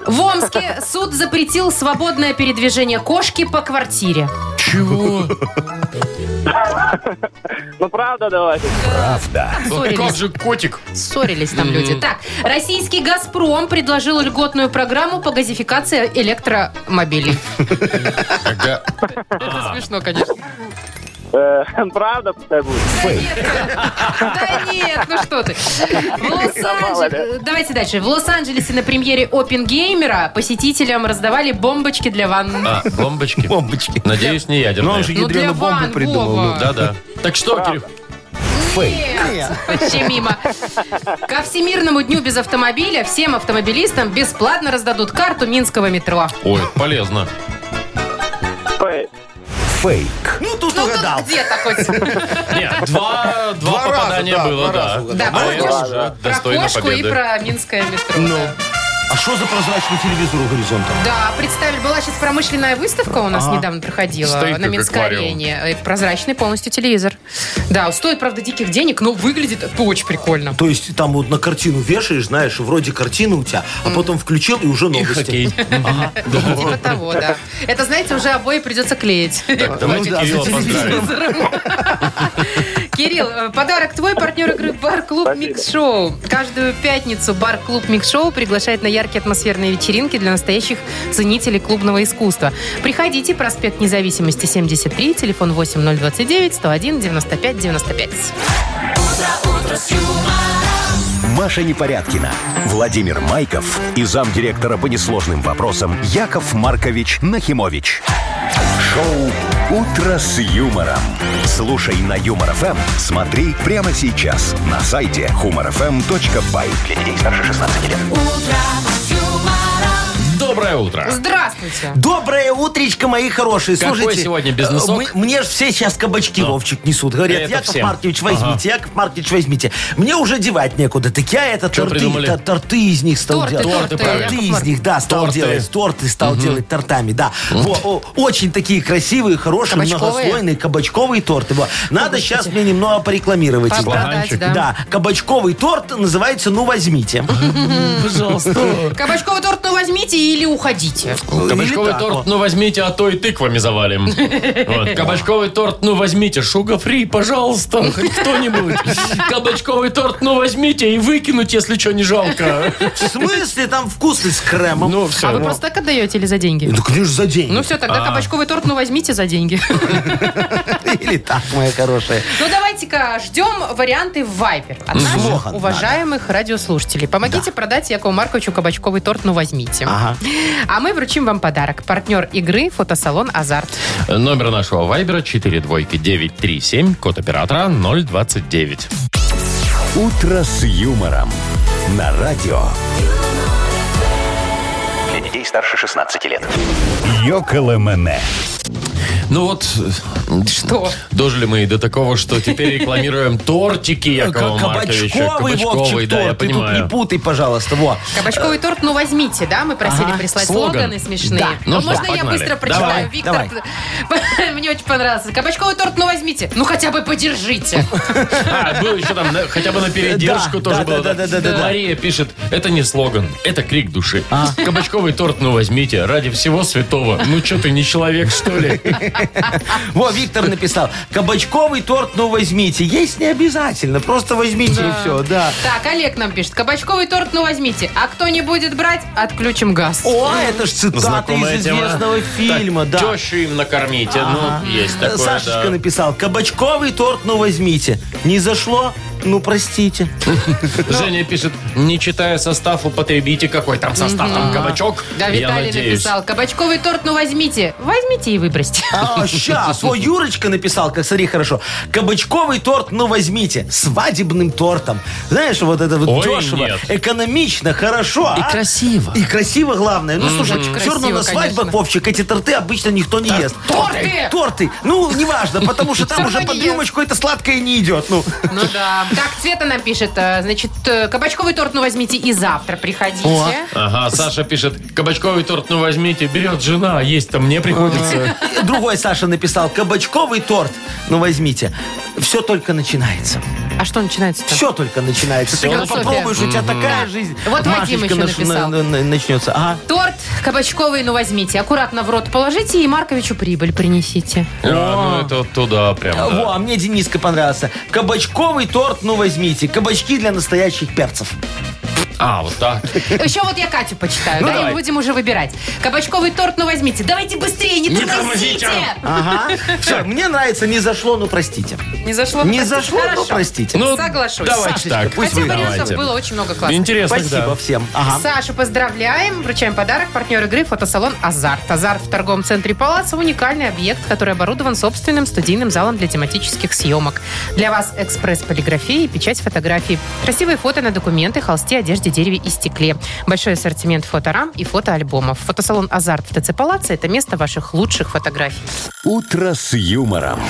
В Омске суд запретил свободное передвижение кошки по квартире.
Чего?
Ну, правда, давайте.
Как
Ссорились.
же котик?
Ссорились там люди. Так, российский «Газпром» предложил льготную программу по газификации электромобилей.
Когда-
Это смешно, конечно.
Э, Правда, пускай будет.
Да нет, ну что ты. В
Мало
Лос-Анджеле-
ли.
Давайте дальше. В Лос-Анджелесе на премьере Опенгеймера посетителям раздавали бомбочки для ванны.
А, бомбочки.
Бомбочки.
Надеюсь, не
Ну,
ядерные.
он же
Ну, для
ядреную
ван,
бомбу придумал.
Вова.
ну.
Да-да. Так что, Кирюх,
Нет, вообще мимо. Ко Всемирному дню без автомобиля всем автомобилистам бесплатно раздадут карту Минского метро.
Ой, полезно.
Фейк.
Фейк.
Ну, тут
Ну
угадал.
тут где-то хоть.
Нет, два, два
Два раза,
попадания
да,
было,
два
да.
раза угадал.
Да,
А это
молодежь.
уже
Про
достойно
кошку и
победы.
про Минское метро.
Ну.
да.
А что за прозрачный телевизор у горизонта?
Да, представили, была сейчас промышленная выставка у нас недавно проходила
Стоит
на
как
Минской-арене. Э, Прозрачный полностью телевизор. Да, стоит, правда, диких денег, но выглядит это очень прикольно.
То есть там вот на картину вешаешь, знаешь, вроде картина у тебя, а потом включил и уже
И
новости.
хоккей.
Типа того, да. Это, знаете, уже обои придется клеить.
Так, давайте
Ну да, за
Кирилла поздравим.
Кирилл, э, подарок твой, партнер игры «Бар-клуб Микс Шоу». Каждую пятницу «Бар-клуб Микс Шоу» приглашает на яркие атмосферные вечеринки для настоящих ценителей клубного искусства. Приходите, проспект Независимости, 73, телефон 8029-101-95-95.
Маша Непорядкина, Владимир Майков и замдиректора по несложным вопросам Яков Маркович Нахимович. Шоу «Утро с юмором». Слушай на Юмор ФМ, смотри прямо сейчас на сайте humorfm.by. Для детей старше 16 лет.
Доброе утро.
Здравствуйте.
Доброе утречко, мои хорошие.
Какой
Слушайте,
сегодня бизнесок?
э, мы- мне же все сейчас кабачки, Вовчик, несут. Говорят,
Это
Яков
всем.
Маркович, возьмите, Яков Маркович, возьмите. Мне уже девать некуда. Так я это
Чё
торты,
придумали?
та- торты из них стал
Торты,
делать.
торты, Яков
из
Маркович.
них, да, стал
Торты.
делать. Торты стал делать тортами, да. Во, о, очень такие красивые, хорошие,
Кабачковые?
многослойные кабачковые торты. Во. Надо сейчас мне немного порекламировать их.
Продать, да.
Да, кабачковый торт называется «Ну, возьмите».
Пожалуйста.
Кабачковый торт, ну возьмите или уходите.
Кабачковый
так,
торт,
вот.
ну возьмите, а то и тыквами завалим. Вот. Кабачковый торт, ну возьмите, шуга-фри, пожалуйста, хоть кто-нибудь. Кабачковый торт, ну возьмите и выкинуть, если что, не жалко.
В смысле там вкусный с кремом?
Ну все.
А вы просто так отдаете или за деньги?
Да, конечно, за деньги.
Ну все, тогда кабачковый торт, ну возьмите за деньги.
Или так, моя хорошая.
Ну, давайте-ка ждем варианты в Viber от наших
Слохан
уважаемых радиослушателей. Помогите продать Якову Марковичу кабачковый торт, ну возьмите.
Ага.
А мы вручим вам подарок. Партнер игры фотосалон «Азарт».
Номер нашего вайбера 42937, код оператора 029.
«Утро с юмором» на радио
Для детей старше 16 лет.
«Йоколэмэне».
Ну вот, э,
Что?
дожили мы и до такого, что теперь рекламируем тортики Якова Марковича.
Кабачковый, Вовчик,
да, я
торт. Ты тут не
понимаю.
путай, пожалуйста. Во.
Кабачковый торт, ну возьмите, да? Мы просили
Ага,
прислать
слоган.
слоганы смешные.
Да.
Ну
А
что,
можно я
погнали.
быстро прочитаю?
Давай,
Виктор, мне очень понравился. Кабачковый торт, ну возьмите. Ну хотя бы подержите.
А, был еще там на- хотя бы на передержку
Да,
тоже
да,
было.
да, да, да, да, А. да.
Мария пишет, это не слоган, это крик души. Кабачковый торт, ну возьмите, ради всего святого. Ну что ты, не человек, что ли?
Во, Виктор написал. Кабачковый торт, ну возьмите. Есть не обязательно, просто возьмите и все, да.
Так, Олег нам пишет. Кабачковый торт, ну возьмите. А кто не будет брать, отключим газ.
О, это ж цитата
Знакомая
из
тема.
известного фильма,
Так,
да. Э,
Тещу им накормите, ну, есть такое,
Сашечка
да.
написал, кабачковый торт, ну возьмите. Не зашло? Ну, простите.
Женя пишет, не читая состав, употребите какой там состав, там кабачок.
Да,
Я
Виталий
надеюсь.
написал. Кабачковый торт, ну возьмите. Возьмите и выбросьте.
А, сейчас. Вот Юрочка написал, как смотри, хорошо. Кабачковый торт, ну возьмите. Свадебным тортом. Знаешь, вот это вот
Ой,
дешево,
нет.
экономично, хорошо.
И
а?
красиво.
И красиво, главное. Ну, слушай,
Очень
все равно
красиво,
на свадьбах,
конечно.
Вовчик, эти торты обычно никто не ест.
торты!
Торты! Ну, неважно, потому что там
Всё
уже
равно
под
не ест.
рюмочку это сладкое не идет. Ну,
Ну да. Так, Света нам пишет. э, Значит, э, кабачковый торт, ну возьмите и завтра приходите.
О.
Ага, Саша пишет, кабачковый торт, ну возьмите, берет жена, а есть-то мне приходится.
другой Саша написал, кабачковый торт, ну, возьмите. Все только начинается.
А что начинается-то?
Все только начинается. Ты когда
Философия.
попробуешь, у тебя такая жизнь.
Вот Вадим
Машечка
еще
наш-
написал.
на- на- начнется. Ага.
Торт кабачковый, ну возьмите. Аккуратно в рот положите и Марковичу прибыль принесите.
А, Ну, это вот туда прям.
А,
да.
Во, а мне Дениска понравился. Кабачковый торт, ну возьмите. Кабачки для настоящих перцев.
А, вот так.
Еще вот я Катю почитаю,
Ну,
да,
давай.
и будем уже выбирать. Кабачковый торт, ну возьмите. Давайте быстрее, не,
Не
тормозите.
тормозите.
Ага. Все, мне нравится, не зашло, ну простите.
Не зашло?
Не
простите.
зашло, ну
Хорошо.
простите.
Ну,
Соглашусь.
Давайте
Сашечка,
так.
пусть
Хотя вариантов
Давайте.
было очень много классных.
Интересно,
Спасибо
да.
всем. Ага.
Сашу поздравляем, вручаем подарок. Партнер игры фотосалон «Азарт». «Азарт» в торговом центре «Палаца» – уникальный объект, который оборудован собственным студийным залом для тематических съемок. Для вас экспресс полиграфии и печать фотографий. Красивые фото на документы, холсте, одежде, дереве и стекле. Большой ассортимент фоторам и фотоальбомов. Фотосалон «Азарт» в ТЦ «Палаца» – это место ваших лучших фотографий.
«Утро с юмором».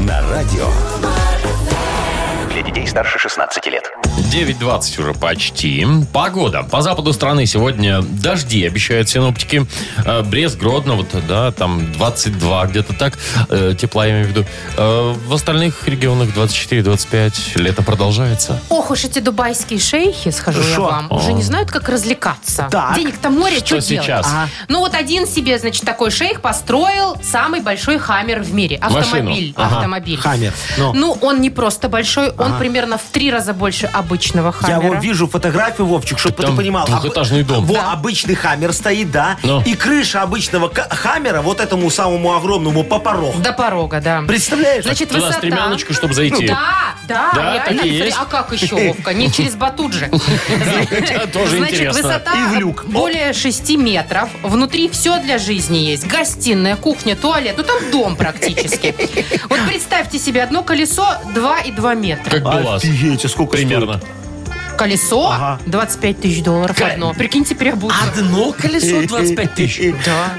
На радио.
Для детей старше 16 лет.
9.20 уже почти. Погода. По западу страны сегодня дожди, обещают синоптики. Э, Брест, Гродно, вот, да, там 22 где-то так. э, Тепла, я имею в виду. Э, В остальных регионах 24-25. Лето продолжается.
Ох уж эти дубайские шейхи, скажу я
Шо?
вам, уже не знают, как развлекаться.
Так.
Денег-то море,
Что
что, делать?
сейчас?
Ага.
Ну вот один себе, значит, такой шейх построил самый большой хаммер в мире.
Машину.
Автомобиль.
Ага.
Автомобиль.
Хаммер. Ну.
Ну, он не просто большой, он примерно в три раза больше обычного
Я
хаммера.
вот вижу фотографию, Вовчик, чтобы ты
Там
понимал. об-
двухэтажный дом.
Во,
Да.
обычный хаммер стоит, да.
Ну.
И крыша обычного ка- хаммера, вот этому самому огромному попорох.
До порога, да.
Представляешь?
Значит,
Туда
высота...
стремяночку, чтобы зайти.
Да, да,
Да,
реально.
так и
Смотри,
есть.
А как еще, Вовка? Не через батут же.
Тоже
Значит,
интересно.
высота
И в люк.
более 6 метров. Внутри все для жизни есть. Гостиная, кухня, туалет. Ну, там дом практически. Вот представьте себе, одно колесо 2,2 метра.
Как глаз.
Офигеть, а сколько
Примерно.
Колесо
Ага. А,
25 тысяч долларов одно. Прикиньте, переобуться.
Одно колесо
Э,
25 тысяч.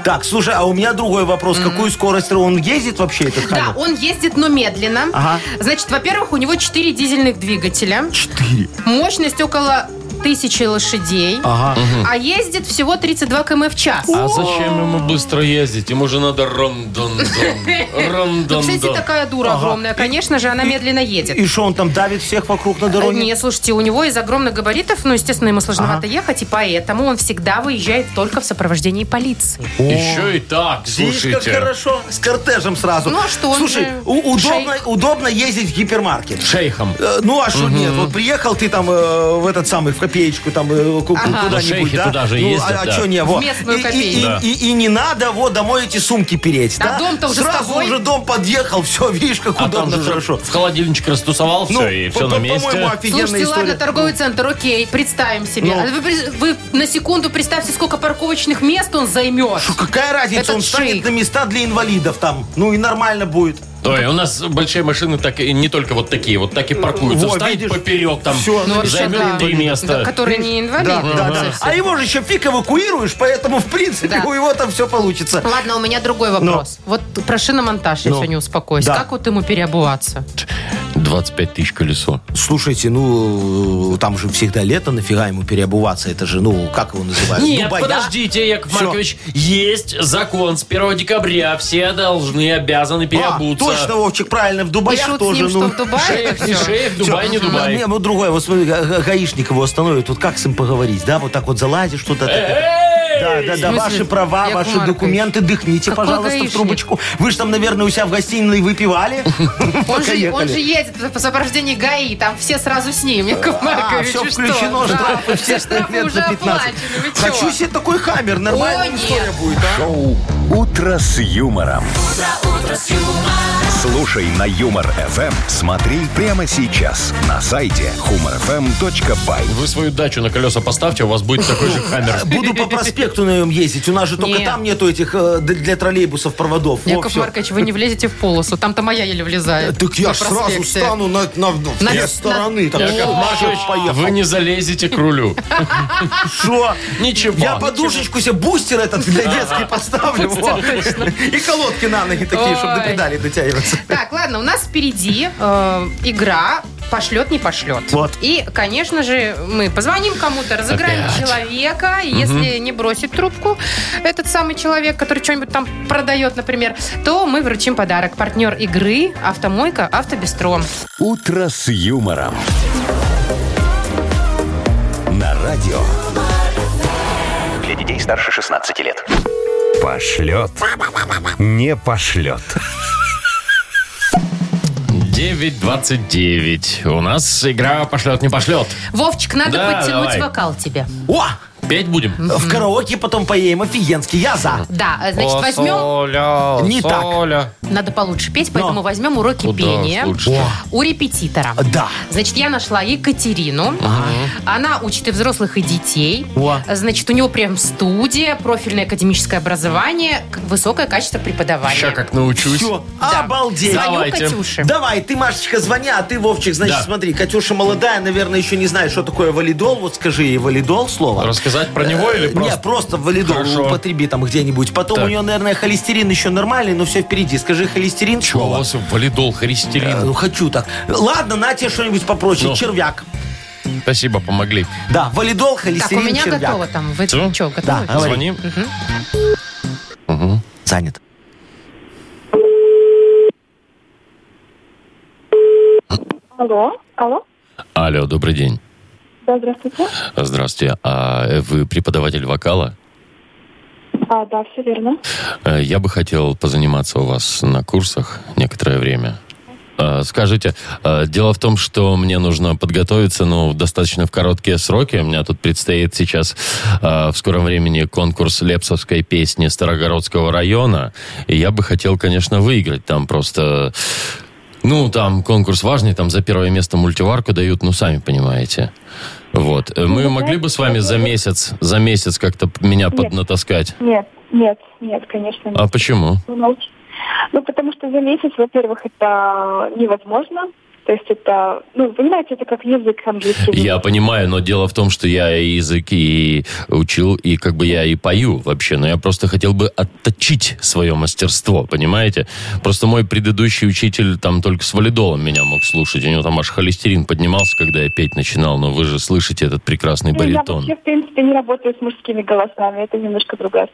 Так, слушай, а у меня другой вопрос. Какую скорость он ездит вообще, этот
Да,
хаммер?
он ездит, но медленно.
Ага.
Значит, во-первых, у него 4 дизельных двигателя.
Четыре.
Мощность около тысячи лошадей.
Ага.
А ездит всего 32 км в час.
А зачем ему быстро ездить? Ему же надо рон-дон-дон.
Ну, кстати,
Рон-дон-дон.
такая дура огромная. Конечно же, она медленно едет.
И что, он там давит всех вокруг на
Э,
дороге?
Не, слушайте, у него из огромных габаритов, ну, естественно, ему сложновато ехать, и поэтому он всегда выезжает только в сопровождении полиции.
Еще и так,
Видишь, как
слушайте.
хорошо, с кортежем сразу.
Ну, а что он
Слушай,
же
у- удобно,
шейх.
удобно ездить в гипермаркет.
Шейхом.
Э, Ну, а что нет? Вот приехал ты там э, в этот самый, в копеечку, там э, ку-
Ну,
куда-нибудь,
шейхи
да?
туда же
Ну,
ездят,
а,
да.
что не,
В
вот.
местную
И- и-
копеечку.
и-
Да.
И и не надо, вот, домой эти сумки переть,
А
да?
дом-то уже с
Сразу
тобой.
уже дом подъехал, все, видишь, как
А там
удобно,
же
хорошо. Ну,
в холодильничек растусовал все, и
по-
все на
по-
месте.
По-моему, а- офигенная
Слушайте,
история.
ладно, торговый центр, окей, представим себе.
Ну.
А Вы, при- вы на секунду представьте, сколько парковочных мест он займет.
Шо, какая разница,
Этот Ну,
он
шейх.
станет на места для инвалидов там. Ну и нормально будет.
Ой, у нас большие машины так и не только вот такие, вот так и паркуются.
Во,
Встань
видишь?
поперек там,
Всё,
Ну, вообще,
займет
да.
три
Да,
места.
Который не инвалид.
Да, да, да.
совсем.
А его же еще фиг эвакуируешь, поэтому, в принципе,
Да.
у него там все получится.
Ладно, у меня другой вопрос. Вот про шиномонтаж я
Ну.
сегодня успокоюсь.
Да.
Как вот ему переобуваться?
25 тысяч колесо.
Слушайте, ну, там же всегда лето, нафига ему переобуваться? Это же, ну, как его называют?
Нет,
Дубай, да?
подождите, Яков
Всё.
Маркович, есть закон. С 1 декабря все должны, обязаны
А,
переобуться.
точно, Вовчик, правильно, в
И
Дубаях
шут с
тоже.
ним, что
ну.
в Дубае? это
Шейх, не
всё?
шейх,
Всё.
Дубай, не Дубай.
Не, ну другой, вот смотри, га- га- гаишник его остановит, вот как с ним поговорить, да, вот так вот залазишь туда. так- Да, да,
В
да,
смысле?
ваши права,
Яков
ваши
Маркович.
документы, дыхните,
Какой
пожалуйста,
гаишник?
в трубочку. Вы же там, наверное, у себя в гостиной выпивали,
Он
пока
же, он же
ехали.
едет по сопровождении ГАИ, там все сразу с ним. Яков Маркович,
все
вы что?
А, включено,
Да,
штрафы,
все
все
штрафы
лет
уже
за 15.
оплачены, вы чё?
Хочу себе такой хаммер,
О,
нормальная
нет.
история будет, а?
Шоу «Утро с юмором».
утро с юмором.
Слушай на Юмор ФМ. Смотри прямо сейчас на сайте humorfm.by.
Вы свою дачу на колеса поставьте, у вас будет такой же хаммер.
Буду по проспекту на нем ездить. У нас же только
Не.
там нету этих э, д- для троллейбусов проводов. Во,
Яков
всё.
Маркович, вы не влезете в полосу. Там-то моя еле влезает.
Так я
на
ж сразу
проспекте.
стану на, на,
На-
две
на-
стороны. Так,
Яков
«О,
Маркович,
поехал».
Вы не залезете к рулю.
Шо?
Ничего.
Я подушечку себе бустер этот для детский поставлю. во. И колодки на ноги такие, чтобы до
Ой.
педали дотягиваться.
Так, ладно, у нас впереди э, игра пошлет, не пошлет.
Вот.
И, конечно же, мы позвоним кому-то, разыграем
Опять.
человека. И Если не бросит трубку этот самый человек, который что-нибудь там продает, например, то мы вручим подарок. Партнер игры «Автомойка Автобестро».
Утро с юмором. На радио
Для детей старше 16 лет.
Пошлет. Не пошлет.
9.29. У нас игра пошлет, не пошлет.
Вовчик, надо
Да,
подтянуть
давай.
вокал тебе.
О!
Петь будем?
В караоке потом поедем офигенский. Я за.
Да, э, значит, возьмем...
возьмем...
Не так.
Надо получше петь, поэтому возьмем уроки
Куда
пения
ж лучше-то?
у репетитора.
Да.
Значит, я нашла Екатерину. Она учит и взрослых, и детей.
О.
Значит, у нее прям студия, профильное академическое образование, к- высокое качество преподавания.
Ща как научусь.
Все.
Да.
Обалдеть.
Звоню
Давайте.
Катюше.
Давай, ты, Машечка, звони, а ты, Вовчик, значит,
Да.
смотри, Катюша молодая, наверное, еще не знает, что такое валидол. Вот скажи ей валидол слово.
Рассказать про него или просто?
Э, Нет, просто валидол
Хорошо.
употреби там где-нибудь. Потом
Так.
у нее, наверное, холестерин еще нормальный, но все впереди. Скажи холестерин
Чё у
слово.
вас валидол,
Э,
холестерин.
Ну, хочу так. Ладно, на тебе что-нибудь попроще.
Ну.
Червяк. Э.
Спасибо, помогли.
Да, валидол,
Так, у
холестерин,
меня
червяк.
готово там. Вы
Всё?
что, готовы?
Да. Говори.
Звоним.
Занят.
Алло, алло.
Алло, добрый день.
Да, здравствуйте.
Здравствуйте. А вы преподаватель вокала?
А, да, все верно.
Э, Я бы хотел позаниматься у вас на курсах некоторое время. Э, Скажите, э, дело в том, что мне нужно подготовиться, ну, достаточно в короткие сроки. У меня тут предстоит сейчас э, в скором времени конкурс лепсовской песни Старогородского района. И я бы хотел, конечно, выиграть. Там просто, ну, там конкурс важный, там за первое место мультиварку дают, ну, сами понимаете. Вот. Э, Мы могли бы с вами за месяц, за месяц как-то меня поднатаскать?
Нет, нет, нет, конечно, нет.
А почему?
Ну, молчи. Ну, потому что за месяц, во-первых, это невозможно. То есть это, ну, вы понимаете, это как язык английский.
Я понимаю, но дело в том, что я и язык и учил, и как бы я и пою вообще, но я просто хотел бы отточить свое мастерство, понимаете? Просто мой предыдущий учитель там только с валидолом меня мог слушать, у него там аж холестерин поднимался, когда я петь начинал, но вы же слышите этот прекрасный
Ну, Я
баритон.
вообще, в принципе, не работаю с мужскими голосами. Это немножко другая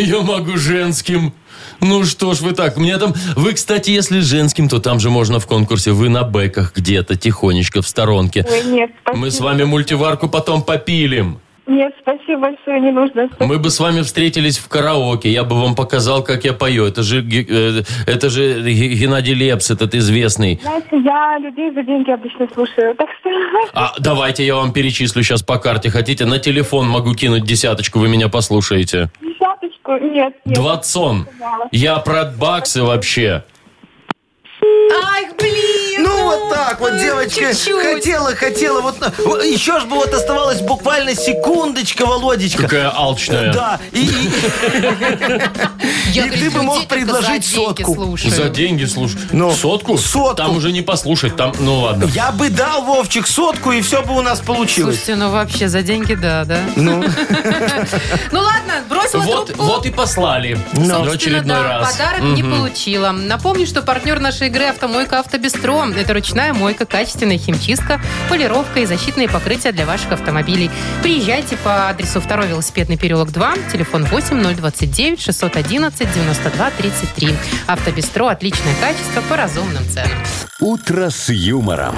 Я могу женским. Ну что ж вы так, мне там... Вы, кстати, если женским, то там же можно в конкурсе. Вы на бэках где-то, тихонечко, в сторонке.
Ой, нет, спасибо.
Мы с вами мультиварку потом попилим.
Нет, спасибо большое, не нужно. Спасибо.
Мы бы с вами встретились в караоке, я бы вам показал, как я пою. Это же, Ге- э, это же Ге- Геннадий Лепс, этот известный.
Знаете, я людей за деньги обычно слушаю, так что...
А давайте я вам перечислю сейчас по карте. Хотите, на телефон могу кинуть десяточку, вы меня послушаете.
Десяточку? Нет, нет.
Двадцон. Я про баксы вообще.
Ах, блин!
Ну вот так вот, девочка,
чуть-чуть.
хотела, хотела, вот ну, еще ж бы вот оставалась буквально секундочка, Володечка.
Какая алчная.
Да, и, и-
Я,
И
говорит,
ты бы
людей
мог
только
предложить
за деньги
сотку.
слушаю.
За деньги, слушай.
Ну,
сотку?
сотку.
Там уже не послушать, там, ну ладно.
я бы дал Вовчик сотку, и все бы у нас получилось.
Слушайте, ну вообще, за деньги, да, да. Ну, ладно, бросила
Вот,
трубку.
вот и послали. В
Ну,
Собственно,
очередной
да,
раз.
подарок не получила. Напомню, что партнер нашей игры «Автомойка Автобестро». Это ручная мойка, качественная химчистка, полировка и защитные покрытия для ваших автомобилей. Приезжайте по адресу 2 велосипедный переулок 2, телефон 8 029 611 92 33. «Автобестро» – отличное качество по разумным ценам.
Утро с юмором.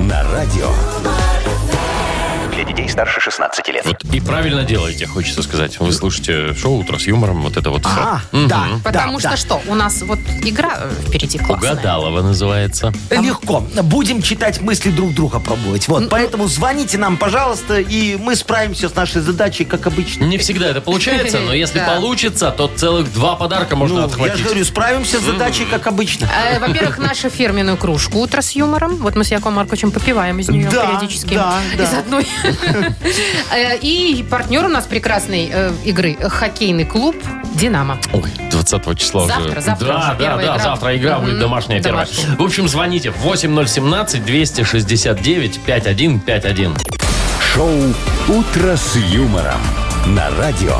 На радио
Для детей детей старше 16 лет.
Вот и правильно делаете, хочется сказать. Вы слушаете шоу «Утро с юмором», вот это вот
Ага,
все. Мгм.
А, да,
Потому
да,
что
да.
что? У нас вот игра э, впереди классная.
Угадалова называется.
Легко. Будем читать мысли друг друга пробовать.
Ну,
Вот, поэтому звоните нам, пожалуйста, и мы справимся с нашей задачей, как обычно.
Не всегда это получается, но если
Да.
получится, то целых два подарка можно
Ну, я же
отхватить.
говорю, справимся с задачей, как обычно.
Э, Во-первых, нашу фирменную кружку «Утро с юмором». Вот мы с Яковом Марковичем попиваем из нее
Да,
периодически.
да, да.
Из одной. Э, И партнер у нас прекрасной э, игры – хоккейный клуб «Динамо».
Ой, 20 числа
Завтра,
уже.
завтра
да,
уже
да,
первая
да,
игра.
завтра игра будет
Мгм.
домашняя первая.
Домашняя.
В общем, звоните 8017-269-5151.
Шоу «Утро с юмором» на радио.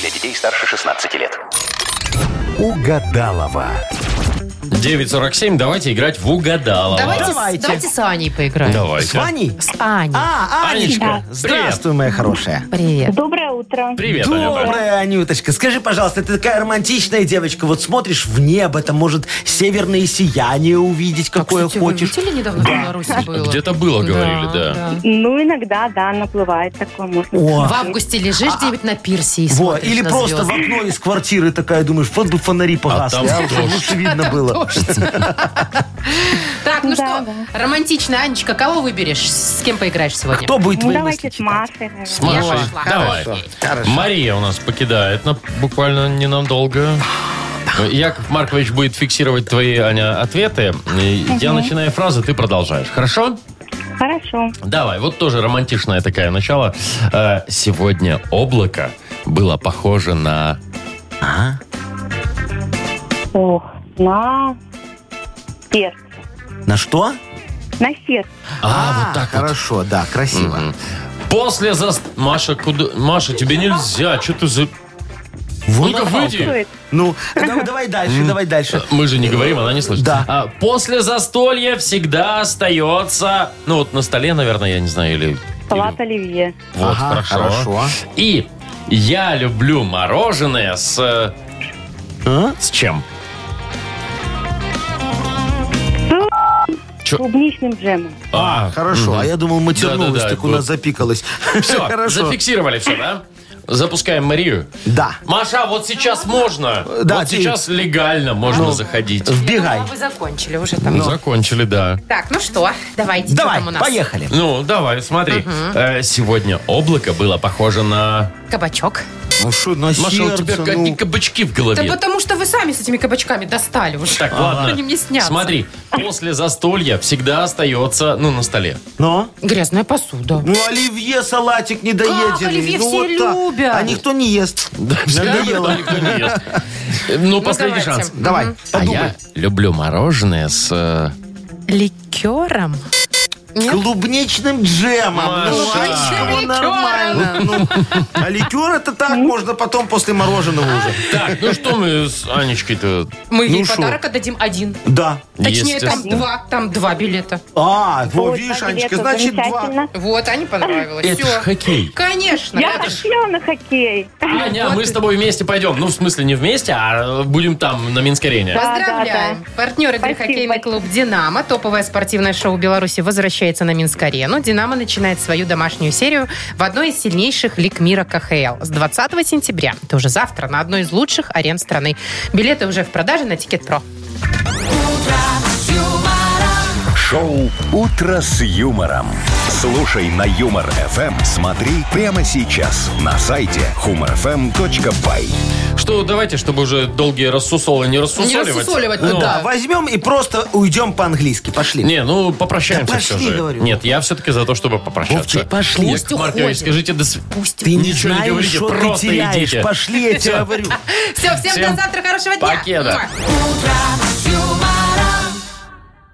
Для детей старше 16 лет.
Угадалова.
947, давайте играть в угадалово.
Давайте, с-
Давайте.
давайте с Аней поиграем.
С
Давайте.
вами?
С Аней.
А, Анечка,
Анечка,
здравствуй, моя хорошая.
Привет.
Доброе утро.
Привет, Анюта.
Добрая, Анюточка. Скажи, пожалуйста, ты такая романтичная девочка. Вот смотришь в небо, там, может, северное сияние увидеть, какое
Кстати, вы
хочешь.
видели недавно в Беларуси было?
Где-то было, говорили, да.
Ну, иногда, да, наплывает такое, можно
О.
В августе лежишь где-нибудь на пирсе и
А, Во,
смотришь
или
на
просто
звезды.
в окно из квартиры такая думаешь, вот бы фонари погасли,
там
а, уже
дождь.
лучше видно было.
Так, ну
Да,
что, романтичная Анечка, кого выберешь? С кем поиграешь сегодня?
Кто будет
Ну,
твои
давайте
мысли
с
читать?
Машей. наверное.
С Машей.
пошла.
Давай. Мария у нас покидает на, буквально ненадолго. Яков Маркович будет фиксировать твои, Аня, ответы. И Я начинаю фразы, ты продолжаешь. Хорошо?
Хорошо.
Давай, вот тоже романтичное такое начало. Э, Сегодня облако было похоже на...
А?
Ох, на сердце.
На что?
На сердце.
А, вот так вот.
Хорошо, да, красиво.
После за... Маша, куда... Маша, тебе нельзя. Что ты за... Ну-ка, выйди.
Стоит.
Ну, да- давай дальше, давай дальше.
Мы же не говорим, она не слышит.
Да.
А, после застолья всегда остается... Ну вот на столе, наверное, я не знаю, или...
Салат
или-
оливье.
Вот,
Ага,
хорошо. И я люблю мороженое с... э,
А?
С чем?
С клубничным джемом.
А,
Хорошо, а я думал, матернулась,
Да-да-да,
так у
вот.
нас запикалась.
все,
Хорошо.
зафиксировали все, да? Запускаем Марию.
Да.
Маша, вот сейчас можно.
Да,
вот
ты-
сейчас легально можно заходить. Ну,
Вбегай.
Ну, а Вы закончили уже там.
Закончили, да.
Так, ну что, давайте. что
Давай,
там у нас?
поехали.
Ну, давай, смотри. Э, сегодня облако было похоже на...
Кабачок.
Ну что, на
Маша, у тебя
сердце,
одни
ну.
кабачки в голове.
Да потому что вы сами с этими кабачками достали уже.
Так, ладно.
Они мне снятся.
Смотри, после застолья всегда остается, ну, на столе.
Но?
Грязная посуда.
Ну, оливье, салатик недоеденный.
Как? Оливье
ну,
все
вот так.
любят.
А никто не ест. Надоело.
а Никто не ест. Ну, последний
давайте.
шанс.
Давай,
А
подумай.
я люблю мороженое с... э,
Ликером?
Клубничным джемом.
Маша.
Ну,
Клубничным
Анечка, ну,
ликером.
нормально. Ну, А ликер это так, можно потом после мороженого уже.
Так, ну что мы с Анечкой-то...
Мы ей
Ну шо?
подарок отдадим один.
Да.
Точнее, там
естественно.
два, там два билета.
А, вот,
Вот,
видишь,
на
Анечка,
билеты,
значит два.
замечательно.
Вот, Ане понравилось.
Это
Всё.
ж хоккей.
Конечно.
Я
это ж-
хотела на хоккей.
Аня,
вот
А, мы
и-
с тобой вместе пойдем. Ну, в смысле, не вместе, а будем там, на Минской арене.
Да,
Поздравляем.
да,
Партнер игры
Спасибо.
хоккейный клуб «Динамо». Топовое спортивное шоу Беларуси возвращается на Минск-арену. «Динамо» начинает свою домашнюю серию в одной из сильнейших лиг мира КХЛ. С 20 сентября, это уже завтра, на одной из лучших арен страны. Билеты уже в продаже на Тикет.Про.
Шоу «Утро с юмором». Слушай на Юмор ФМ. Смотри прямо сейчас на сайте humorfm.by.
Что, давайте, чтобы уже долгие рассусолы не рассусоливать.
Не рассусоливать,
Ну,
Да, возьмем и просто уйдем по-английски. Пошли.
Не, ну попрощаемся
Да
все
пошли,
же.
говорю.
Нет, я все-таки за то, чтобы попрощаться.
Вовчик, пошли.
Яков
Пусть
Маркович,
уходит.
скажите, до св-
Пусть.
Ты не
Ничего не
знаешь,
говорите,
что ты
просто
теряешь.
идите.
Пошли, я тебе говорю.
Все, всем,
Всем
до завтра, хорошего дня.
покеда.
Муа.